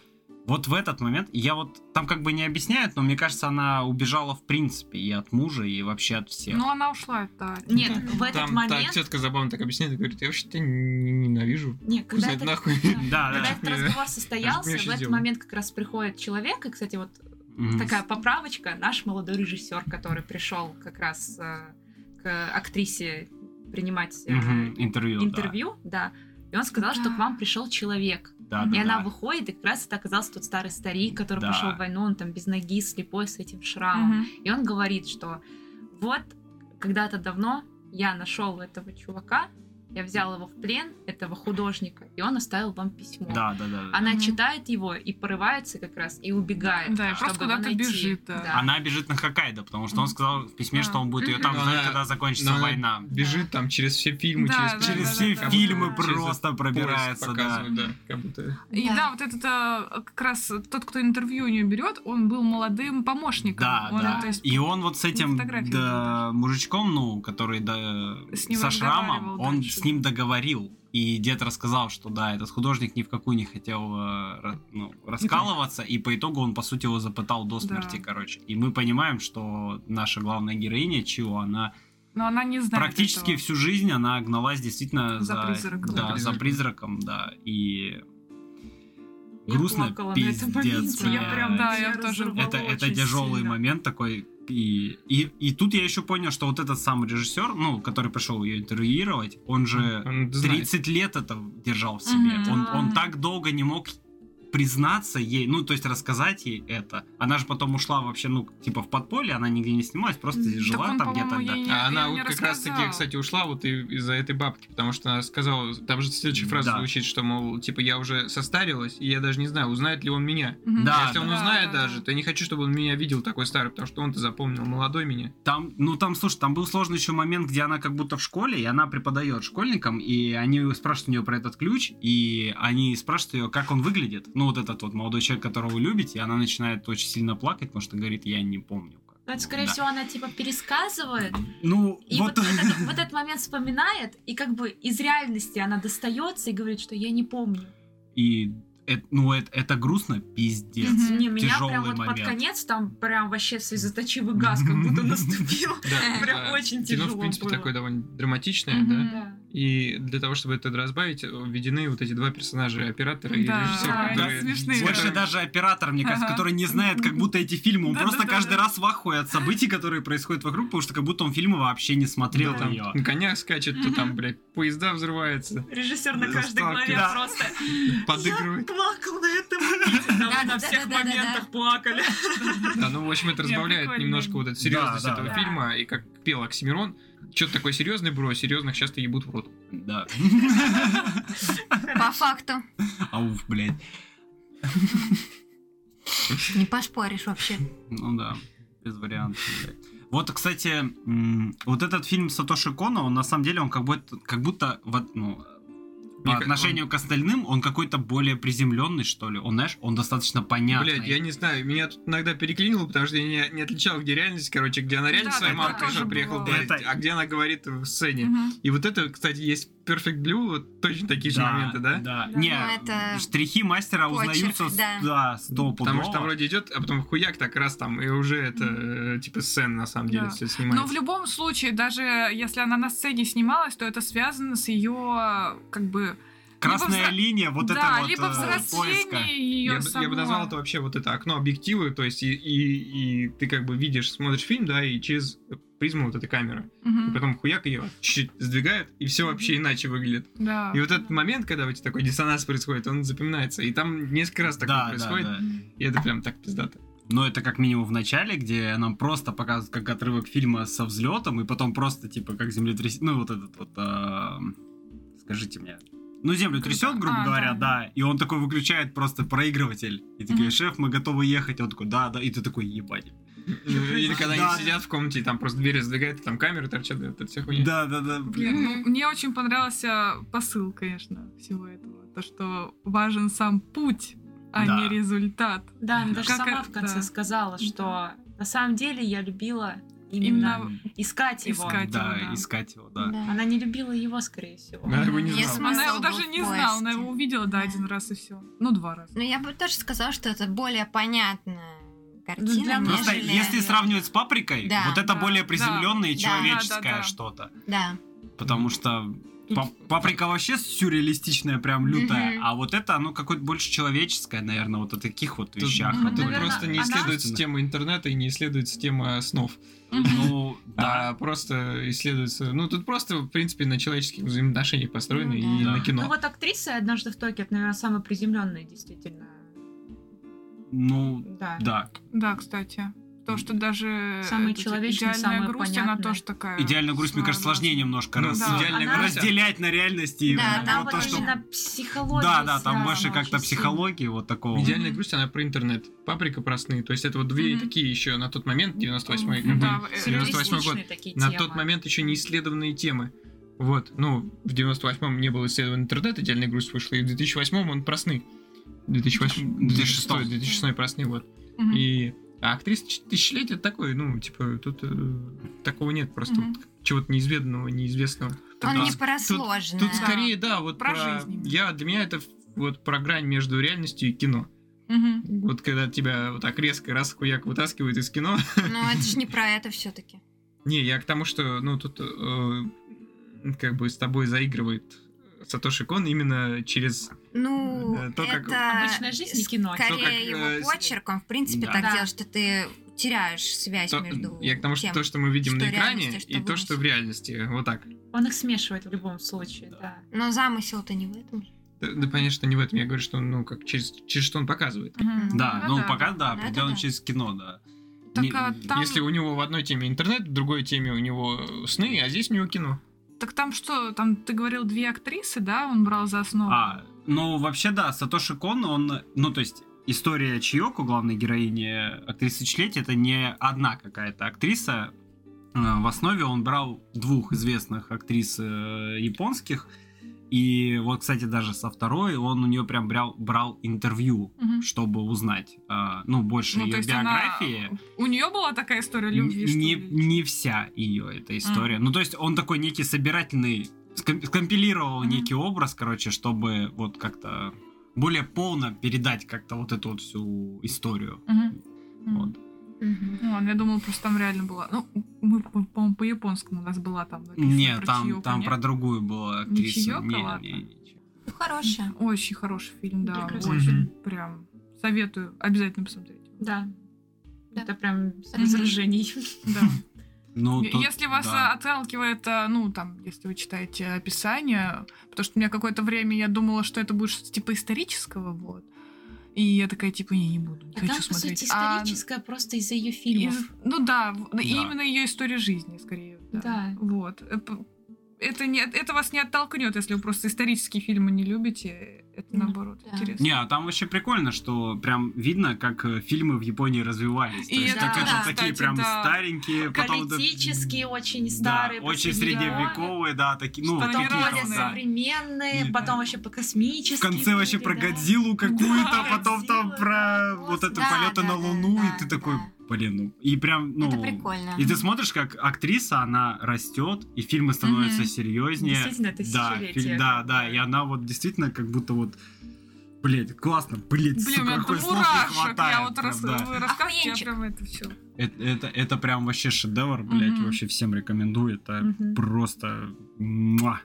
[SPEAKER 1] вот в этот момент, я вот там как бы не объясняют, но мне кажется, она убежала в принципе и от мужа, и вообще от всех.
[SPEAKER 2] Ну, она ушла, да.
[SPEAKER 5] Нет, в
[SPEAKER 2] Ну,
[SPEAKER 5] этот
[SPEAKER 3] Там та
[SPEAKER 5] момент...
[SPEAKER 3] тетка забавно так объясняет, говорит, я вообще тебя н- ненавижу.
[SPEAKER 5] Нет,
[SPEAKER 3] Пусть
[SPEAKER 5] когда
[SPEAKER 3] это
[SPEAKER 5] это-
[SPEAKER 3] нахуй.
[SPEAKER 1] Да,
[SPEAKER 5] Когда
[SPEAKER 1] да.
[SPEAKER 5] этот разговор состоялся,
[SPEAKER 3] Мне
[SPEAKER 5] в
[SPEAKER 3] щас
[SPEAKER 5] этот
[SPEAKER 3] сделаю.
[SPEAKER 5] момент как раз приходит человек, и, кстати, вот
[SPEAKER 1] Мгм.
[SPEAKER 5] такая поправочка, наш молодой режиссер, который пришел как раз э, к актрисе принимать э,
[SPEAKER 1] Мгм, Интервью, да.
[SPEAKER 5] интервью, да. И он сказал, что
[SPEAKER 2] Да.
[SPEAKER 5] к вам пришел человек.
[SPEAKER 1] Да,
[SPEAKER 5] И
[SPEAKER 1] да,
[SPEAKER 5] она
[SPEAKER 1] да.
[SPEAKER 5] выходит, и как раз это оказался тот старый старик, который
[SPEAKER 1] Да.
[SPEAKER 5] пришел в войну, он там без ноги, слепой, с этим шрамом.
[SPEAKER 2] Мгм.
[SPEAKER 5] И он говорит, что вот когда-то давно я нашел этого чувака, я взял его в плен, этого художника, и он оставил вам письмо.
[SPEAKER 1] Да, да, да. да.
[SPEAKER 5] Она
[SPEAKER 2] Мгм.
[SPEAKER 5] читает его и порывается как раз, и убегает.
[SPEAKER 2] Да, и
[SPEAKER 5] чтобы
[SPEAKER 2] просто куда-то
[SPEAKER 5] его найти.
[SPEAKER 2] бежит, да.
[SPEAKER 1] Она бежит на Хоккайдо, потому что он сказал в письме,
[SPEAKER 2] Да. Ну,
[SPEAKER 1] что он будет ее там
[SPEAKER 3] Но
[SPEAKER 1] ждать,
[SPEAKER 3] она-
[SPEAKER 1] когда закончится
[SPEAKER 3] но она
[SPEAKER 1] война.
[SPEAKER 3] Бежит там через все фильмы,
[SPEAKER 2] Да,
[SPEAKER 3] через...
[SPEAKER 2] да,
[SPEAKER 1] Через
[SPEAKER 2] да,
[SPEAKER 1] все
[SPEAKER 2] да, да.
[SPEAKER 1] фильмы
[SPEAKER 2] Через
[SPEAKER 1] просто пробирается, да.
[SPEAKER 3] да. Как будто...
[SPEAKER 2] И да. вот этот э, как раз тот, кто интервью у нее берет, он был молодым помощником.
[SPEAKER 1] Да,
[SPEAKER 2] Он,
[SPEAKER 1] да.
[SPEAKER 2] то есть,
[SPEAKER 1] И он вот с этим
[SPEAKER 2] фотографии
[SPEAKER 1] да,
[SPEAKER 2] даже.
[SPEAKER 1] мужичком, ну, который да,
[SPEAKER 2] С ним
[SPEAKER 1] со шрамом,
[SPEAKER 2] разговаривал
[SPEAKER 1] он
[SPEAKER 2] дальше.
[SPEAKER 1] с ним договорил. И дед рассказал, что да, этот художник ни в какую не хотел э, ра- ну, раскалываться, и по итогу он, по сути, его запытал до
[SPEAKER 2] Да.
[SPEAKER 1] смерти, короче. И мы понимаем, что наша главная героиня Чио, она
[SPEAKER 2] Но она не знает
[SPEAKER 1] практически
[SPEAKER 2] этого.
[SPEAKER 1] всю жизнь она гналась действительно
[SPEAKER 2] За
[SPEAKER 1] за,
[SPEAKER 2] призраком.
[SPEAKER 1] Да,
[SPEAKER 3] За
[SPEAKER 1] за призраком, да. И
[SPEAKER 5] Я
[SPEAKER 1] грустно,
[SPEAKER 5] плакала на этом
[SPEAKER 1] пиздец.
[SPEAKER 5] моменте, я
[SPEAKER 1] блядь.
[SPEAKER 5] прям,
[SPEAKER 2] Да, я
[SPEAKER 5] Я
[SPEAKER 2] тоже
[SPEAKER 5] разорвала
[SPEAKER 1] Это, это
[SPEAKER 5] очень
[SPEAKER 1] тяжелый
[SPEAKER 5] сильно.
[SPEAKER 1] момент такой, И, и, и тут я еще понял, что вот этот самый режиссер, ну, который пришел ее интервьюировать, он же
[SPEAKER 3] Он знает.
[SPEAKER 1] 30 лет это держал в себе.
[SPEAKER 2] Мгм.
[SPEAKER 1] Он, он
[SPEAKER 5] Да.
[SPEAKER 1] так долго не мог признаться ей, ну, то есть рассказать ей это. Она же потом ушла вообще, ну, типа в подполье, она нигде не снималась, просто
[SPEAKER 5] Так
[SPEAKER 1] жила
[SPEAKER 2] он,
[SPEAKER 1] там где-то.
[SPEAKER 2] по-моему,
[SPEAKER 1] да.
[SPEAKER 2] ей не-
[SPEAKER 3] А она
[SPEAKER 2] ей не
[SPEAKER 3] вот как раз таки,
[SPEAKER 2] рассказал.
[SPEAKER 3] кстати, ушла вот и- из-за этой бабки, потому что она сказала, там же следующая фраза
[SPEAKER 1] Да.
[SPEAKER 3] звучит, что, мол, типа, я уже состарилась, и я даже не знаю, узнает ли он меня.
[SPEAKER 2] Мгм.
[SPEAKER 1] Да,
[SPEAKER 3] Если он
[SPEAKER 2] да.
[SPEAKER 3] узнает
[SPEAKER 2] Да, да,
[SPEAKER 3] даже,
[SPEAKER 2] да.
[SPEAKER 3] то я не хочу, чтобы он меня видел такой старый, потому что он-то запомнил молодой меня.
[SPEAKER 1] Там, ну там, слушай, там был сложный еще момент, где она как будто в школе, и она преподает школьникам, и они спрашивают у нее про этот ключ, и они спрашивают ее, как он выглядит. Ну вот этот вот молодой человек, которого вы любите, и она начинает очень сильно плакать, потому что говорит, я не помню. как».
[SPEAKER 5] Ну, это, скорее
[SPEAKER 1] Да.
[SPEAKER 5] всего, она типа пересказывает,
[SPEAKER 1] Ну,
[SPEAKER 5] и
[SPEAKER 1] вот...
[SPEAKER 5] вот, этот, вот этот момент вспоминает, и как бы из реальности она достается и говорит, что я не помню.
[SPEAKER 1] И это, ну, это, это грустно, пиздец.
[SPEAKER 2] Мгм.
[SPEAKER 5] Не, меня прям
[SPEAKER 1] Тяжелый
[SPEAKER 5] вот под
[SPEAKER 1] момент.
[SPEAKER 5] конец там прям вообще светоточивый газ как будто наступил.
[SPEAKER 3] Да,
[SPEAKER 5] Прям
[SPEAKER 3] да.
[SPEAKER 5] очень
[SPEAKER 3] Кино,
[SPEAKER 5] тяжело
[SPEAKER 3] в принципе,
[SPEAKER 5] было.
[SPEAKER 3] такое довольно драматичное,
[SPEAKER 2] Мгм.
[SPEAKER 3] да.
[SPEAKER 5] Да.
[SPEAKER 3] И для того, чтобы это разбавить, э, введены вот эти два персонажа, оператор и
[SPEAKER 2] Да,
[SPEAKER 3] режиссер,
[SPEAKER 5] да,
[SPEAKER 3] которые-
[SPEAKER 2] они смешные.
[SPEAKER 1] Больше
[SPEAKER 2] да.
[SPEAKER 1] даже оператор, мне кажется,
[SPEAKER 2] Ага.
[SPEAKER 1] который не знает, как будто эти фильмы. Он
[SPEAKER 2] Да,
[SPEAKER 1] просто
[SPEAKER 2] да, да,
[SPEAKER 1] каждый
[SPEAKER 2] да.
[SPEAKER 1] раз в ахуе от событий, которые происходят вокруг, потому что как будто он фильмы вообще не смотрел
[SPEAKER 3] Да, там
[SPEAKER 1] ее.
[SPEAKER 3] на конях скачет, то там, блядь, поезда взрываются,
[SPEAKER 5] Режиссер на
[SPEAKER 3] Да,
[SPEAKER 5] каждой главе
[SPEAKER 3] сталкиваюсь.
[SPEAKER 5] просто
[SPEAKER 3] подыгрывает.
[SPEAKER 5] плакал на этом моменте». Там
[SPEAKER 4] Да, да,
[SPEAKER 5] на всех
[SPEAKER 4] да, да, да,
[SPEAKER 5] моментах плакали.
[SPEAKER 3] Да, ну, в общем, это
[SPEAKER 2] Не,
[SPEAKER 3] разбавляет
[SPEAKER 2] прикольно.
[SPEAKER 3] немножко вот эту серьезность
[SPEAKER 1] да,
[SPEAKER 3] этого
[SPEAKER 5] да.
[SPEAKER 3] фильма, и как пел Оксимирон, что-то такое серьезное, бро, серьезных часто ебут в рот.
[SPEAKER 1] Да.
[SPEAKER 4] По факту.
[SPEAKER 1] Ауф, А блядь.
[SPEAKER 4] Не поспоришь вообще.
[SPEAKER 1] Ну да, без вариантов, блядь. Вот, кстати, м, вот этот фильм Сатоши Кона, он на самом деле, он как будто, как будто вот, ну, по
[SPEAKER 3] Мне ка-
[SPEAKER 1] отношению к остальным, он какой-то более приземленный, что ли. Он, знаешь, он достаточно понятный.
[SPEAKER 3] Блядь, я не знаю, меня тут иногда переклинило, потому что я не, не отличал, где реальность, короче, где она реально
[SPEAKER 2] Да,
[SPEAKER 3] своей
[SPEAKER 1] да,
[SPEAKER 3] мамой
[SPEAKER 1] да,
[SPEAKER 3] пришла,
[SPEAKER 2] тоже
[SPEAKER 3] приехала
[SPEAKER 2] бывало.
[SPEAKER 3] говорить,
[SPEAKER 1] Это-
[SPEAKER 3] а где она говорит в сцене.
[SPEAKER 2] Мгм.
[SPEAKER 3] И вот это, кстати, есть Perfect Blue, вот точно такие же моменты, да?
[SPEAKER 1] Да.
[SPEAKER 5] Да.
[SPEAKER 1] Не,
[SPEAKER 4] Ну, это
[SPEAKER 1] штрихи мастера
[SPEAKER 4] почерк,
[SPEAKER 1] узнаются с-
[SPEAKER 4] да.
[SPEAKER 1] да, сто
[SPEAKER 3] Потому что там вроде идет, а потом хуяк так раз там, и уже это э, типа сцена на самом деле
[SPEAKER 2] Да.
[SPEAKER 3] все
[SPEAKER 2] Но
[SPEAKER 3] снимается.
[SPEAKER 2] в любом случае, даже если она на сцене снималась, то это связано с ее как бы
[SPEAKER 1] Красная
[SPEAKER 2] либо взра-
[SPEAKER 1] линия, вот
[SPEAKER 2] да,
[SPEAKER 1] это вот
[SPEAKER 2] либо
[SPEAKER 1] э, поиска.
[SPEAKER 2] взросление ее
[SPEAKER 3] я, бы- я бы назвал это вообще вот это окно объективы, то есть и, и- и ты как бы видишь, смотришь фильм, да, и через призму вот этой камеры. И потом хуяк ее чуть-чуть сдвигает, и все вообще иначе выглядит.
[SPEAKER 2] Да.
[SPEAKER 3] И вот этот момент, когда у тебя такой диссонанс происходит, он запоминается. И там несколько раз такое
[SPEAKER 1] Да,
[SPEAKER 3] происходит,
[SPEAKER 1] да, да.
[SPEAKER 3] и это прям так пиздато.
[SPEAKER 1] Но это как минимум в начале, где нам просто показывают как отрывок фильма со взлетом, и потом просто типа как землетрясение, ну вот этот вот, эм, скажите мне, ну землю трясет, грубо
[SPEAKER 2] А,
[SPEAKER 1] говоря,
[SPEAKER 2] да.
[SPEAKER 1] да. и он такой выключает просто проигрыватель, и такие,
[SPEAKER 2] Мгм.
[SPEAKER 1] шеф, мы готовы ехать, и он такой, да, да, и ты такой, ебать.
[SPEAKER 3] Ну, Или когда
[SPEAKER 1] Да.
[SPEAKER 3] они сидят в комнате, и там просто двери сдвигают, и там камеры торчат, и вот это все хуйня.
[SPEAKER 1] Да, да, да,
[SPEAKER 2] Блин,
[SPEAKER 1] блин.
[SPEAKER 2] ну, мне очень понравился посыл, конечно, всего этого. То, что важен сам путь, а
[SPEAKER 1] Да.
[SPEAKER 2] не результат.
[SPEAKER 5] Да, она даже
[SPEAKER 2] Как
[SPEAKER 5] сама
[SPEAKER 2] это-
[SPEAKER 5] в конце сказала, что на самом деле я любила именно
[SPEAKER 2] Именно
[SPEAKER 5] искать его.
[SPEAKER 2] искать.
[SPEAKER 1] Да,
[SPEAKER 2] его, да.
[SPEAKER 1] искать его, да.
[SPEAKER 4] Да.
[SPEAKER 5] Она не любила его, скорее всего.
[SPEAKER 3] Она его не
[SPEAKER 4] Я
[SPEAKER 3] знала.
[SPEAKER 4] см-
[SPEAKER 2] Она его
[SPEAKER 4] Смысл
[SPEAKER 2] даже
[SPEAKER 4] был в
[SPEAKER 2] не знала, она
[SPEAKER 4] поиске.
[SPEAKER 2] его увидела, да,
[SPEAKER 4] Да.
[SPEAKER 2] один раз и все. Ну, два раза.
[SPEAKER 4] Ну, я бы тоже сказала, что это более понятная картина,
[SPEAKER 5] для нас.
[SPEAKER 1] Просто
[SPEAKER 4] нежели-
[SPEAKER 1] если сравнивать с паприкой,
[SPEAKER 4] Да.
[SPEAKER 1] вот это
[SPEAKER 2] Да,
[SPEAKER 1] более
[SPEAKER 2] да.
[SPEAKER 1] приземленное и
[SPEAKER 4] Да.
[SPEAKER 1] человеческое
[SPEAKER 2] Да, да, да.
[SPEAKER 1] что-то.
[SPEAKER 4] Да.
[SPEAKER 1] Потому что
[SPEAKER 3] Тут-
[SPEAKER 1] Па- Паприка вообще сюрреалистичная, прям лютая.
[SPEAKER 4] Мгм.
[SPEAKER 1] А вот это, оно какое-то больше человеческое, наверное, вот о таких вот
[SPEAKER 3] Тут,
[SPEAKER 1] вещах.
[SPEAKER 3] тут
[SPEAKER 5] Ну, наверное,
[SPEAKER 3] просто не
[SPEAKER 5] она-
[SPEAKER 3] исследуется тема интернета и не исследуется тема снов.
[SPEAKER 1] Ну, да.
[SPEAKER 3] А просто исследуется... Ну, тут просто, в принципе, на человеческих взаимоотношениях построено
[SPEAKER 4] Ну
[SPEAKER 3] и
[SPEAKER 1] да.
[SPEAKER 3] на кино.
[SPEAKER 5] Ну вот актриса однажды в Токио, это, наверное, самая приземленная, действительно.
[SPEAKER 1] Ну,
[SPEAKER 5] Да.
[SPEAKER 1] да.
[SPEAKER 2] Да, кстати. То, что даже
[SPEAKER 5] Самый
[SPEAKER 2] этот
[SPEAKER 5] человечный,
[SPEAKER 2] идеальная
[SPEAKER 5] самый
[SPEAKER 2] грусть, она
[SPEAKER 5] понятный.
[SPEAKER 2] тоже такая.
[SPEAKER 1] Идеально грусть, мне кажется, сложнее
[SPEAKER 2] своеобразная.
[SPEAKER 1] немножко
[SPEAKER 3] Ну,
[SPEAKER 1] раз-
[SPEAKER 2] да.
[SPEAKER 3] идеальная
[SPEAKER 5] Она-
[SPEAKER 3] грусть.
[SPEAKER 1] разделять на реальности. и
[SPEAKER 4] Да,
[SPEAKER 1] ну, вот
[SPEAKER 5] А Там
[SPEAKER 4] там
[SPEAKER 5] вот
[SPEAKER 1] то,
[SPEAKER 4] вот
[SPEAKER 1] что-
[SPEAKER 5] именно психология.
[SPEAKER 1] Да, да, там
[SPEAKER 5] связана
[SPEAKER 1] больше
[SPEAKER 5] очень
[SPEAKER 1] как-то
[SPEAKER 5] сильно.
[SPEAKER 1] психологии вот такого.
[SPEAKER 3] Идеальная грусть, она про интернет. Паприка про сны. То есть это вот две
[SPEAKER 2] Мгм.
[SPEAKER 3] такие еще на тот момент, 98-й,
[SPEAKER 2] Мгм.
[SPEAKER 3] как бы,
[SPEAKER 2] Да, э,
[SPEAKER 3] 98-й год.
[SPEAKER 5] Сюрреалистичные такие
[SPEAKER 3] На
[SPEAKER 5] темы.
[SPEAKER 3] тот момент еще не исследованные темы. Вот, ну, в 98-м не был исследован интернет, идеальная грусть вышла, и в 2008-м он про сны. 2008, 2006,
[SPEAKER 1] 2006.
[SPEAKER 3] 2006 про сны, вот.
[SPEAKER 2] Мгм.
[SPEAKER 3] И а актриса ч- тысячелетия такой, ну, типа, тут э, такого нет просто.
[SPEAKER 2] Мгм.
[SPEAKER 3] вот чего-то неизведанного, неизвестного.
[SPEAKER 1] да.
[SPEAKER 4] Он не про сложное.
[SPEAKER 3] Тут скорее, да, вот
[SPEAKER 2] Про
[SPEAKER 3] про,
[SPEAKER 2] жизнь именно.
[SPEAKER 3] Я, для меня это вот про грань между реальностью и кино.
[SPEAKER 2] Мгм.
[SPEAKER 3] Вот когда тебя вот так резко раз хуяк вытаскивает из кино.
[SPEAKER 4] Ну, это же не про это все-таки.
[SPEAKER 3] Не, я к тому, что, ну, тут э, как бы с тобой заигрывает Сатоши Кон именно через...
[SPEAKER 4] Ну,
[SPEAKER 3] Э, то, как
[SPEAKER 4] это
[SPEAKER 5] Обычная жизнь и кино.
[SPEAKER 4] скорее
[SPEAKER 3] То, как, э,
[SPEAKER 4] его
[SPEAKER 3] с-
[SPEAKER 4] почерк, он в принципе
[SPEAKER 1] Да.
[SPEAKER 4] так
[SPEAKER 5] Да.
[SPEAKER 4] делал, что ты теряешь связь
[SPEAKER 3] То-
[SPEAKER 4] между
[SPEAKER 3] я к тому, что
[SPEAKER 4] тем.
[SPEAKER 3] то, что мы видим
[SPEAKER 4] что
[SPEAKER 3] на экране,
[SPEAKER 4] реальности, что
[SPEAKER 3] и то, что в
[SPEAKER 4] вынесено.
[SPEAKER 3] реальности. Вот так.
[SPEAKER 5] Он их смешивает в любом случае, да.
[SPEAKER 4] Но замысел-то не в этом. же.
[SPEAKER 3] Да, да, понятно, что не в этом. Я говорю, что он, ну, как через, через что он показывает.
[SPEAKER 5] Мгм.
[SPEAKER 1] Да,
[SPEAKER 2] Ну
[SPEAKER 1] ну,
[SPEAKER 2] да.
[SPEAKER 1] пока да,
[SPEAKER 4] Это
[SPEAKER 1] определенно
[SPEAKER 4] да.
[SPEAKER 1] через кино, да.
[SPEAKER 2] Так,
[SPEAKER 1] Не-
[SPEAKER 2] а, там,
[SPEAKER 3] Если у него в одной теме интернет, в другой теме у него э, сны, а здесь у него кино.
[SPEAKER 2] так там что, там ты говорил две актрисы, да, он брал за основу?
[SPEAKER 1] А, ну вообще да, Сатоши Кон, он, ну то есть история Чиоку, главной героини актрисы Члети, это не одна какая-то актриса. Э, В основе он брал двух известных актрис э, японских. И вот, кстати, даже со второй он у нее прям брал, брал интервью,
[SPEAKER 2] Мгм.
[SPEAKER 1] чтобы узнать, э, ну, больше
[SPEAKER 2] Ну, то
[SPEAKER 1] ее
[SPEAKER 2] есть она-
[SPEAKER 1] биографии.
[SPEAKER 2] У нее была такая история
[SPEAKER 1] Н-
[SPEAKER 2] любви, что
[SPEAKER 1] не,
[SPEAKER 2] ли? А.
[SPEAKER 1] не вся ее эта история. Ну, то есть он такой некий собирательный, ском- скомпилировал
[SPEAKER 2] Мгм.
[SPEAKER 1] некий образ, короче, чтобы вот как-то более полно передать как-то вот эту вот всю историю.
[SPEAKER 2] Мгм. М.
[SPEAKER 1] Вот.
[SPEAKER 2] Ну, ладно, я думала, просто там реально была. Ну, мы, мы, по-моему, по-японскому у нас была там. написано
[SPEAKER 1] Не,
[SPEAKER 2] про
[SPEAKER 1] там,
[SPEAKER 2] Чиоку,
[SPEAKER 1] там
[SPEAKER 2] нет?
[SPEAKER 1] про другую была
[SPEAKER 2] Не
[SPEAKER 1] актриса.
[SPEAKER 2] Чиоко, ладно.
[SPEAKER 4] Ну, хорошая.
[SPEAKER 2] Очень хороший фильм, да.
[SPEAKER 5] Прекрасно.
[SPEAKER 2] Очень прям советую. Обязательно посмотреть.
[SPEAKER 5] Да.
[SPEAKER 4] Да.
[SPEAKER 5] Это прям без
[SPEAKER 4] Мгм.
[SPEAKER 5] возражений.
[SPEAKER 2] Да.
[SPEAKER 1] Ну,
[SPEAKER 2] Е-
[SPEAKER 1] тут-
[SPEAKER 2] Если вас
[SPEAKER 1] да.
[SPEAKER 2] э, отталкивает, э, ну, там, если вы читаете описание, потому что у меня какое-то время я думала, что это будет что-то типа исторического, вот. И я такая, типа, не, не буду, не
[SPEAKER 5] А
[SPEAKER 2] хочу
[SPEAKER 5] там, по
[SPEAKER 2] смотреть.
[SPEAKER 5] сути,
[SPEAKER 2] А
[SPEAKER 5] историческая просто из-за ее
[SPEAKER 2] из-
[SPEAKER 5] фильмов.
[SPEAKER 2] ну да, в- и
[SPEAKER 1] Да.
[SPEAKER 2] именно ее история жизни, скорее.
[SPEAKER 5] Да.
[SPEAKER 2] Вот. Э, п- Это, не, это вас не оттолкнет, если вы просто исторические фильмы не любите. Это
[SPEAKER 4] Ну,
[SPEAKER 2] наоборот
[SPEAKER 4] да.
[SPEAKER 2] интересно.
[SPEAKER 1] Не, а там вообще прикольно, что прям видно, как э, фильмы в Японии развивались.
[SPEAKER 2] И
[SPEAKER 1] То есть
[SPEAKER 2] это
[SPEAKER 1] так это
[SPEAKER 4] да,
[SPEAKER 1] такие
[SPEAKER 2] кстати,
[SPEAKER 1] прям
[SPEAKER 2] да.
[SPEAKER 1] старенькие, потом да,
[SPEAKER 5] Политические, очень
[SPEAKER 1] да,
[SPEAKER 5] старые.
[SPEAKER 1] очень
[SPEAKER 5] средневековые.
[SPEAKER 1] средневековые, да, такие, ну,
[SPEAKER 2] Что
[SPEAKER 1] такие
[SPEAKER 5] Потом
[SPEAKER 2] Гитлера,
[SPEAKER 1] там,
[SPEAKER 5] более
[SPEAKER 2] да.
[SPEAKER 5] современные,
[SPEAKER 1] Не,
[SPEAKER 5] потом
[SPEAKER 1] да.
[SPEAKER 5] вообще по космическим.
[SPEAKER 1] В конце вообще про Годзиллу какую-то,
[SPEAKER 5] Да,
[SPEAKER 1] потом там
[SPEAKER 5] Годзилла,
[SPEAKER 1] про
[SPEAKER 5] да,
[SPEAKER 1] вот это
[SPEAKER 4] да,
[SPEAKER 1] полеты
[SPEAKER 4] да,
[SPEAKER 1] на
[SPEAKER 4] да,
[SPEAKER 1] Луну,
[SPEAKER 4] да,
[SPEAKER 1] и ты такой,
[SPEAKER 4] да.
[SPEAKER 1] блин, ну, и прям, ну...
[SPEAKER 4] Это прикольно.
[SPEAKER 1] И ты смотришь, как актриса, она растет, и фильмы становятся
[SPEAKER 2] Мгм.
[SPEAKER 1] серьезнее.
[SPEAKER 5] Действительно,
[SPEAKER 1] да,
[SPEAKER 5] тысячелетие.
[SPEAKER 1] фи- да, да, и она вот действительно как будто вот, блядь, классно, блядь,
[SPEAKER 2] Блин, у
[SPEAKER 1] сука,
[SPEAKER 2] меня
[SPEAKER 1] какой
[SPEAKER 2] там
[SPEAKER 1] слов не
[SPEAKER 2] мурашек.
[SPEAKER 1] хватает,
[SPEAKER 2] Я вот
[SPEAKER 1] прям,
[SPEAKER 2] рас...
[SPEAKER 1] да.
[SPEAKER 2] вы рассказываете, я
[SPEAKER 4] Охуенчик.
[SPEAKER 2] прям это все.
[SPEAKER 1] это, это, это прям вообще шедевр, блядь,
[SPEAKER 2] Мгм.
[SPEAKER 1] вообще всем рекомендую, это
[SPEAKER 5] Мгм.
[SPEAKER 1] просто муа,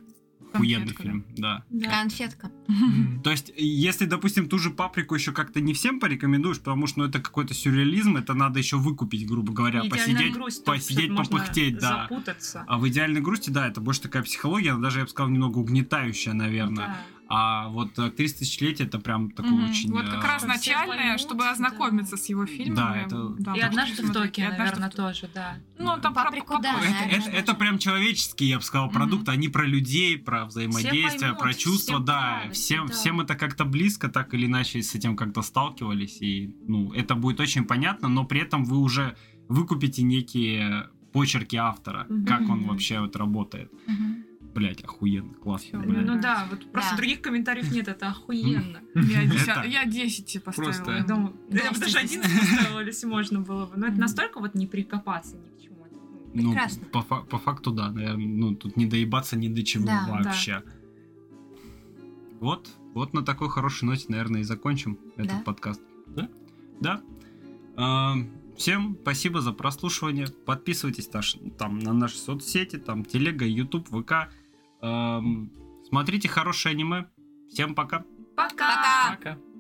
[SPEAKER 1] охуенный
[SPEAKER 2] Конфетка, да.
[SPEAKER 1] фильм, да.
[SPEAKER 5] Да.
[SPEAKER 4] Конфетка.
[SPEAKER 3] Мгм.
[SPEAKER 1] То есть, если, допустим, ту же паприку еще как-то не всем порекомендуешь, потому что ну, это какой-то сюрреализм, это надо еще выкупить, грубо говоря,
[SPEAKER 5] Идеальная
[SPEAKER 1] посидеть,
[SPEAKER 5] грусть, то,
[SPEAKER 1] посидеть,
[SPEAKER 5] чтобы можно
[SPEAKER 1] попыхтеть, да.
[SPEAKER 5] Запутаться.
[SPEAKER 1] А в идеальной грусти, да, это больше такая психология, она даже, я бы сказал, немного угнетающая, наверное.
[SPEAKER 5] Да.
[SPEAKER 1] А вот «Актриса тысячелетия» это прям такой
[SPEAKER 2] Мгм.
[SPEAKER 1] очень...
[SPEAKER 2] Вот как раз
[SPEAKER 1] э,
[SPEAKER 5] на-
[SPEAKER 2] начальное,
[SPEAKER 5] поймут,
[SPEAKER 2] чтобы
[SPEAKER 5] да.
[SPEAKER 2] ознакомиться с его фильмом.
[SPEAKER 1] Да, это-
[SPEAKER 5] И
[SPEAKER 1] да,
[SPEAKER 5] однажды в
[SPEAKER 2] смотреть, и
[SPEAKER 5] Токио,
[SPEAKER 2] «Однажды
[SPEAKER 5] наверное,
[SPEAKER 2] в Токио».
[SPEAKER 5] тоже, да.
[SPEAKER 2] Ну, там
[SPEAKER 4] Паприку,
[SPEAKER 2] про- про
[SPEAKER 4] да,
[SPEAKER 2] поезд.
[SPEAKER 1] это, это- это прям человеческий, я бы сказал,
[SPEAKER 2] Мгм.
[SPEAKER 1] продукт. Они про людей, про взаимодействие,
[SPEAKER 5] поймут,
[SPEAKER 1] про чувства,
[SPEAKER 5] всем
[SPEAKER 1] да.
[SPEAKER 5] понравится,
[SPEAKER 1] всем,
[SPEAKER 5] да.
[SPEAKER 1] всем это как-то близко, так или иначе с этим как-то сталкивались. И, ну, это будет очень понятно, но при этом вы уже выкупите некие почерки автора,
[SPEAKER 5] Мгм.
[SPEAKER 1] как он вообще вот работает.
[SPEAKER 2] Мгм.
[SPEAKER 1] Блять, охуенно, классно.
[SPEAKER 2] Всё,
[SPEAKER 1] блядь.
[SPEAKER 2] Мне
[SPEAKER 5] Ну да, вот просто
[SPEAKER 4] Да.
[SPEAKER 5] других комментариев нет, это охуенно.
[SPEAKER 2] Я
[SPEAKER 1] Это-
[SPEAKER 2] 10, я 10 поставила.
[SPEAKER 3] Просто.
[SPEAKER 2] ему.
[SPEAKER 5] Дома.
[SPEAKER 2] Да,
[SPEAKER 5] Я бы даже один
[SPEAKER 2] действительно.
[SPEAKER 5] поставила, если можно было бы. Но это
[SPEAKER 2] Мгм.
[SPEAKER 5] настолько вот не прикопаться ни к чему. Это, ну,
[SPEAKER 1] Ну,
[SPEAKER 4] Прекрасно.
[SPEAKER 1] по, фа- по факту, да, наверное, ну, тут не доебаться ни до чего
[SPEAKER 4] Да, да.
[SPEAKER 1] вообще. Вот, вот на такой хорошей ноте, наверное, и закончим
[SPEAKER 4] Да.
[SPEAKER 1] этот подкаст. Да? Да. А, всем спасибо за прослушивание. Подписывайтесь наш- там на наши соцсети, там телега, YouTube, ВК. Ам, смотрите хорошее аниме. Всем пока.
[SPEAKER 4] Пока.
[SPEAKER 3] Пока.